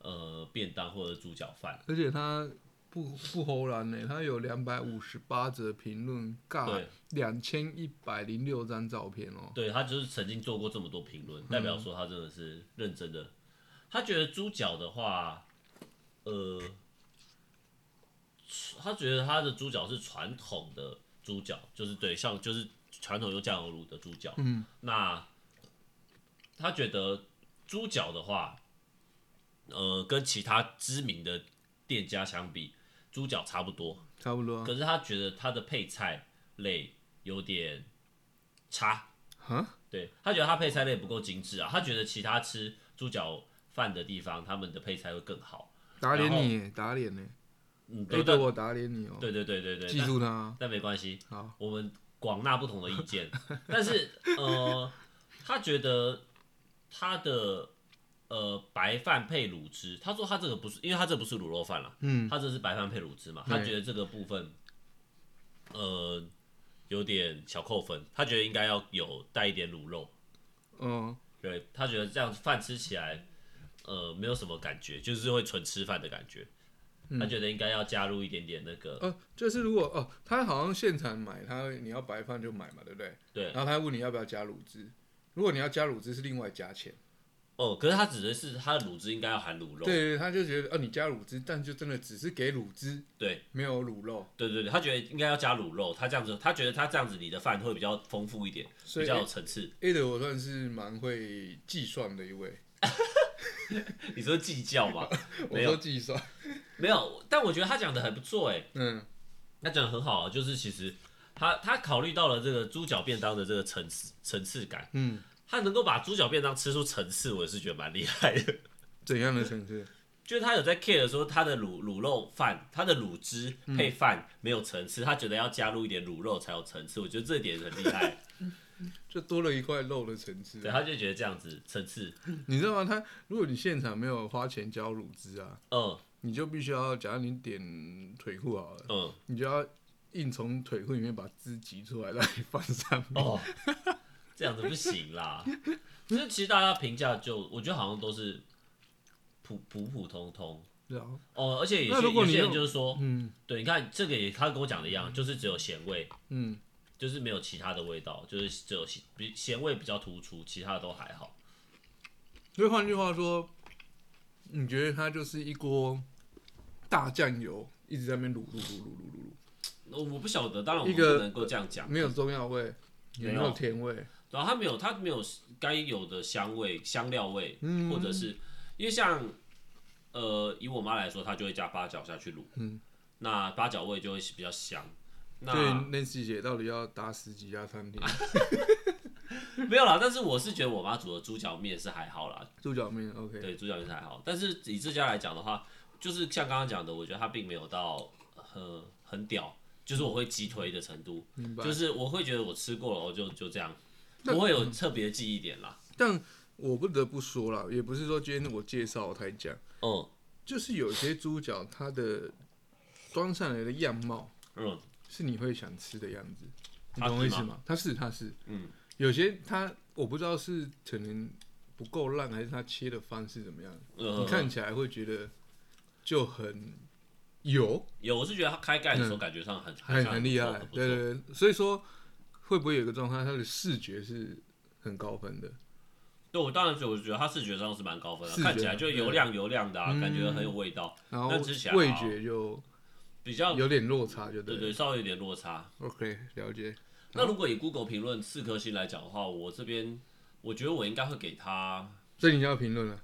[SPEAKER 1] 呃便当或者猪脚饭，
[SPEAKER 2] 而且他不不齁然呢，他有两百五十八则评论，尬
[SPEAKER 1] 对
[SPEAKER 2] 两千一百零六张照片哦。
[SPEAKER 1] 对他就是曾经做过这么多评论，代表说他真的是认真的。他觉得猪脚的话，呃，他觉得他的猪脚是传统的猪脚，就是对，像就是传统用酱油卤的猪脚。
[SPEAKER 2] 嗯，
[SPEAKER 1] 那他觉得猪脚的话，呃，跟其他知名的店家相比，猪脚差不多，
[SPEAKER 2] 差不多。啊
[SPEAKER 1] 可是他觉得他的配菜类有点差，
[SPEAKER 2] 哈，
[SPEAKER 1] 对他觉得他配菜类不够精致啊，他觉得其他吃猪脚饭的地方，他们的配菜会更好。
[SPEAKER 2] 打脸你耶，打脸呢
[SPEAKER 1] 嗯，
[SPEAKER 2] ？A
[SPEAKER 1] 对
[SPEAKER 2] 的
[SPEAKER 1] 但
[SPEAKER 2] 我打脸你哦。
[SPEAKER 1] 对对对对对，
[SPEAKER 2] 记住他啊。
[SPEAKER 1] 但但没关系，
[SPEAKER 2] 好，
[SPEAKER 1] 我们广纳不同的意 见，但是呃，他觉得他的呃白饭配卤汁，他说他这个不是，因为他这不是卤肉饭啦，
[SPEAKER 2] 嗯，
[SPEAKER 1] 他这是白饭配卤汁嘛，
[SPEAKER 2] 对
[SPEAKER 1] 他觉得这个部分呃有点小扣分，他觉得应该要有带一点卤肉，
[SPEAKER 2] 嗯，
[SPEAKER 1] 对他觉得这样饭吃起来呃没有什么感觉，就是会纯吃饭的感觉，
[SPEAKER 2] 嗯
[SPEAKER 1] 他觉得应该要加入一点点那个，
[SPEAKER 2] 呃，就是如果哦，他好像现场买，他你要白饭就买嘛，对不对？
[SPEAKER 1] 对
[SPEAKER 2] 然后他问你要不要加卤汁，如果你要加卤汁是另外加钱。
[SPEAKER 1] 哦，可是他指的是他的卤汁应该要含卤肉，
[SPEAKER 2] 对对，他就觉得哦，你加卤汁，但就真的只是给卤汁，
[SPEAKER 1] 对。
[SPEAKER 2] 没有卤肉，
[SPEAKER 1] 对对对，他觉得应该要加卤肉，他这样子，他觉得他这样子你的饭会比较丰富一点，
[SPEAKER 2] 所
[SPEAKER 1] 比
[SPEAKER 2] 以
[SPEAKER 1] 较有层 次。
[SPEAKER 2] A 的我算是蛮会计算的一位，
[SPEAKER 1] 你说计较嘛？
[SPEAKER 2] 我
[SPEAKER 1] 没有
[SPEAKER 2] 说计算，
[SPEAKER 1] 没有，但我觉得他讲的很不错哎，
[SPEAKER 2] 嗯，
[SPEAKER 1] 他讲的很好啊，就是其实他他考虑到了这个猪脚便当的这个层次层次感，
[SPEAKER 2] 嗯，
[SPEAKER 1] 他能够把猪脚便当吃出层次，我也是觉得蛮厉害的。
[SPEAKER 2] 怎样的层次？
[SPEAKER 1] 就是他有在 care 说他的卤卤肉饭，他的卤汁配饭没有层次，他觉得要加入一点卤肉才有层次，我觉得这一点很厉害。
[SPEAKER 2] 就多了一块肉的层次
[SPEAKER 1] 对，。啊他就觉得这样子层次，
[SPEAKER 2] 你知道吗？他如果你现场没有花钱浇卤汁啊，
[SPEAKER 1] 嗯
[SPEAKER 2] 你就必须要，假如你点腿裤好了，
[SPEAKER 1] 嗯，
[SPEAKER 2] 你就要硬从腿裤里面把汁挤出来，让你放上面。
[SPEAKER 1] 哦，这样子不行啦。就是其实大家评价就，我觉得好像都是普普普通通
[SPEAKER 2] 然后，
[SPEAKER 1] 哦，而且有
[SPEAKER 2] 那
[SPEAKER 1] 些
[SPEAKER 2] 如果
[SPEAKER 1] 有
[SPEAKER 2] 你
[SPEAKER 1] 些人
[SPEAKER 2] 用
[SPEAKER 1] 就是说，
[SPEAKER 2] 嗯
[SPEAKER 1] 对，你看这个也他跟我讲的一样，就是只有咸味，
[SPEAKER 2] 嗯，
[SPEAKER 1] 就是没有其他的味道，就是只有咸比咸味比较突出，其他的都还好。
[SPEAKER 2] 所以换句话说，你觉得它就是一锅大酱油，一直在那边卤卤卤卤卤卤
[SPEAKER 1] 我我不晓得，当然我
[SPEAKER 2] 一
[SPEAKER 1] 们
[SPEAKER 2] 个
[SPEAKER 1] 不能够这样讲
[SPEAKER 2] 卤，。没有中药味，也没
[SPEAKER 1] 没
[SPEAKER 2] 有
[SPEAKER 1] 有
[SPEAKER 2] 甜味。
[SPEAKER 1] 然后它没有，它没有该有的香味、香料味，
[SPEAKER 2] 嗯
[SPEAKER 1] 或者是因为像呃，以我妈来说，她就会加八角下去卤，嗯，那八角味就会比较香。那
[SPEAKER 2] 对，那细节到底要打死几家 餐厅？
[SPEAKER 1] 没有啦，但是我是觉得我妈煮的猪脚面是还好啦，
[SPEAKER 2] 猪脚面，OK，
[SPEAKER 1] 对，猪脚面是还好。但是以这家来讲的话，就是像刚刚讲的，我觉得它并没有到很很屌，就是我会击推的程度，
[SPEAKER 2] 明白。
[SPEAKER 1] 就是我会觉得我吃过了，我就就这样，不会有特别记忆点啦。
[SPEAKER 2] 但我不得不说了，也不是说今天我介绍我才讲，
[SPEAKER 1] 嗯
[SPEAKER 2] 就是有些猪脚它的端上来的样貌
[SPEAKER 1] 嗯，
[SPEAKER 2] 是你会想吃的样子，你
[SPEAKER 1] 它
[SPEAKER 2] 懂我
[SPEAKER 1] 啊是
[SPEAKER 2] 意思
[SPEAKER 1] 吗
[SPEAKER 2] 吗？它是它是，
[SPEAKER 1] 嗯，
[SPEAKER 2] 有些它我不知道是可能不够烂，还是它切的方式怎么样，
[SPEAKER 1] 呃
[SPEAKER 2] 你看起来会觉得就很油，
[SPEAKER 1] 有，我是觉得他开盖的时候感觉上很
[SPEAKER 2] 嗯很
[SPEAKER 1] 很
[SPEAKER 2] 很厉害
[SPEAKER 1] 很，不错
[SPEAKER 2] 对对对，所以说会不会有一个状态，它的视觉是很高分的？
[SPEAKER 1] 对，我当然觉得，我觉得他视觉上是蛮高分的，
[SPEAKER 2] 视觉
[SPEAKER 1] 看起来就油亮油亮的啊，
[SPEAKER 2] 嗯
[SPEAKER 1] 感觉很有味道，
[SPEAKER 2] 然后
[SPEAKER 1] 那吃起来
[SPEAKER 2] 味
[SPEAKER 1] 好啊
[SPEAKER 2] 觉就
[SPEAKER 1] 比较
[SPEAKER 2] 有点落差，就
[SPEAKER 1] 对
[SPEAKER 2] 对
[SPEAKER 1] 对，稍微有点落差。
[SPEAKER 2] 了 OK，了解。
[SPEAKER 1] 那如果以 Google 评论四颗星来讲的话，我这边我觉得我应该会给他，
[SPEAKER 2] 所以你要评论了，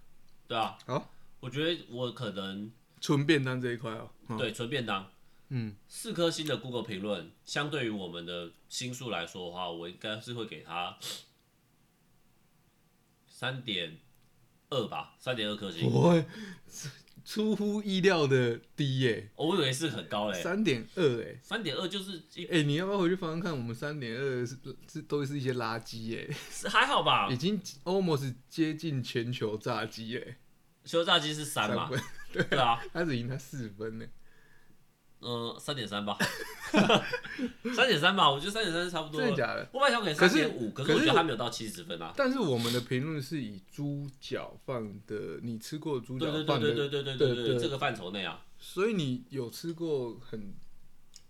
[SPEAKER 1] 对啊，
[SPEAKER 2] 好，
[SPEAKER 1] 我觉得我可能
[SPEAKER 2] 纯便当这一块哦、嗯
[SPEAKER 1] 对纯便当，
[SPEAKER 2] 嗯，
[SPEAKER 1] 四颗星的 Google 评论，相对于我们的星数来说的话，我应该是会给他三点二吧，三点二颗星。
[SPEAKER 2] 我会出哦 出乎意料的低耶、
[SPEAKER 1] 我以为是很高嘞，
[SPEAKER 2] 三点二哎。
[SPEAKER 1] 三点二就是一
[SPEAKER 2] 哎、你要不要回去翻翻看？我们三点二是是都是一些垃圾耶、
[SPEAKER 1] 是还好吧
[SPEAKER 2] 已？经 almost 接近全球炸鸡耶、
[SPEAKER 1] 修炸机是三
[SPEAKER 2] 三
[SPEAKER 1] 嘛，
[SPEAKER 2] 分，
[SPEAKER 1] 对啊，
[SPEAKER 2] 他只赢他四分呢、
[SPEAKER 1] 嗯、三点三吧，三点三吧，我觉得三点三是差不多了。
[SPEAKER 2] 真的假的？
[SPEAKER 1] 我本来想给
[SPEAKER 2] 可
[SPEAKER 1] 三
[SPEAKER 2] 是
[SPEAKER 1] 点五，可
[SPEAKER 2] 可
[SPEAKER 1] 是
[SPEAKER 2] 是
[SPEAKER 1] 我觉得他没有到七十分啊。
[SPEAKER 2] 但是我们的评论是以猪脚饭的，你吃过猪
[SPEAKER 1] 对
[SPEAKER 2] 脚
[SPEAKER 1] 对
[SPEAKER 2] 饭
[SPEAKER 1] 对
[SPEAKER 2] 的，
[SPEAKER 1] 对对对对对
[SPEAKER 2] 对
[SPEAKER 1] 对，这个范畴内啊，
[SPEAKER 2] 所以你有吃过很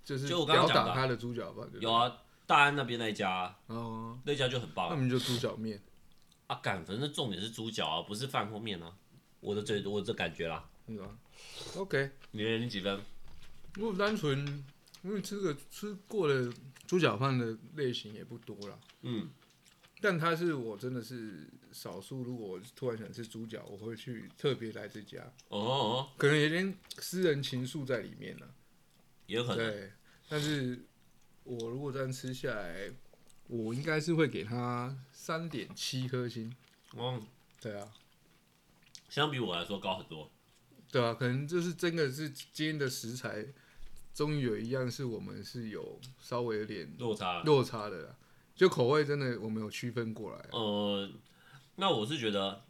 [SPEAKER 2] 就是
[SPEAKER 1] 就我刚刚
[SPEAKER 2] 吊打
[SPEAKER 1] 讲的啊
[SPEAKER 2] 他的猪脚饭？对不对
[SPEAKER 1] 有，啊，大安那边那一家啊，
[SPEAKER 2] 哦，
[SPEAKER 1] 那一家就很棒啊
[SPEAKER 2] 那我们就猪脚面。
[SPEAKER 1] 啊。干，反正重点是猪脚啊，不是饭后面啊。我的最我的感觉啦，
[SPEAKER 2] 是吧？OK，
[SPEAKER 1] 你呢你几分？
[SPEAKER 2] 如果单纯因为吃个吃过的猪脚饭的类型也不多啦，
[SPEAKER 1] 嗯，
[SPEAKER 2] 但它是我真的是少数，如果我突然想吃猪脚，我会去特别来这家，
[SPEAKER 1] 哦哦，
[SPEAKER 2] 可能有点私人情愫在里面啦。
[SPEAKER 1] 也有可能，
[SPEAKER 2] 对，但是我如果这样吃下来，我应该是会给他三点七颗星。
[SPEAKER 1] 嗯，
[SPEAKER 2] 对啊，
[SPEAKER 1] 相比我来说高很多。
[SPEAKER 2] 对啊，可能就是真的是今天的食材，终于有一样是我们是有稍微有点
[SPEAKER 1] 落差。
[SPEAKER 2] 落差的啦，就口味真的我们有区分过来。啊
[SPEAKER 1] 呃，那我是觉得，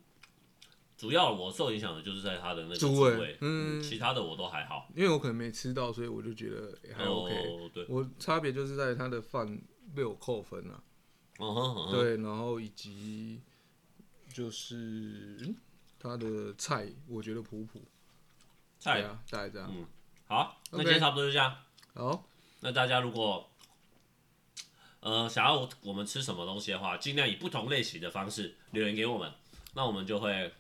[SPEAKER 1] 主要我受影响的就是在它的那个
[SPEAKER 2] 猪
[SPEAKER 1] 猪
[SPEAKER 2] 味
[SPEAKER 1] 味，
[SPEAKER 2] 嗯
[SPEAKER 1] 其他的我都还好。
[SPEAKER 2] 因为我可能没吃到，所以我就觉得、欸还 OK。
[SPEAKER 1] 哦，对，
[SPEAKER 2] 我差别就是在它的饭被我扣分了，
[SPEAKER 1] 嗯哼嗯哼，
[SPEAKER 2] 对，然后以及就是嗯它的菜，我觉得普普。对
[SPEAKER 1] 菜嗯
[SPEAKER 2] 啊，大概这样。
[SPEAKER 1] 好，那
[SPEAKER 2] OK
[SPEAKER 1] 今天差不多就这样。
[SPEAKER 2] 好，
[SPEAKER 1] 那大家如果呃想要我我们吃什么东西的话，尽量以不同类型的方式留言给我们，那我们就会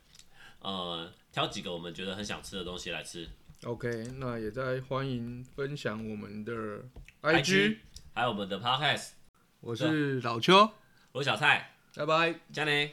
[SPEAKER 1] 呃挑几个我们觉得很想吃的东西来吃。
[SPEAKER 2] OK，那也在欢迎分享我们的
[SPEAKER 1] IG
[SPEAKER 2] IG，
[SPEAKER 1] 还有我们的 Podcast，
[SPEAKER 2] 我是老邱，
[SPEAKER 1] 我是小蔡，
[SPEAKER 2] 拜拜。
[SPEAKER 1] 加呢。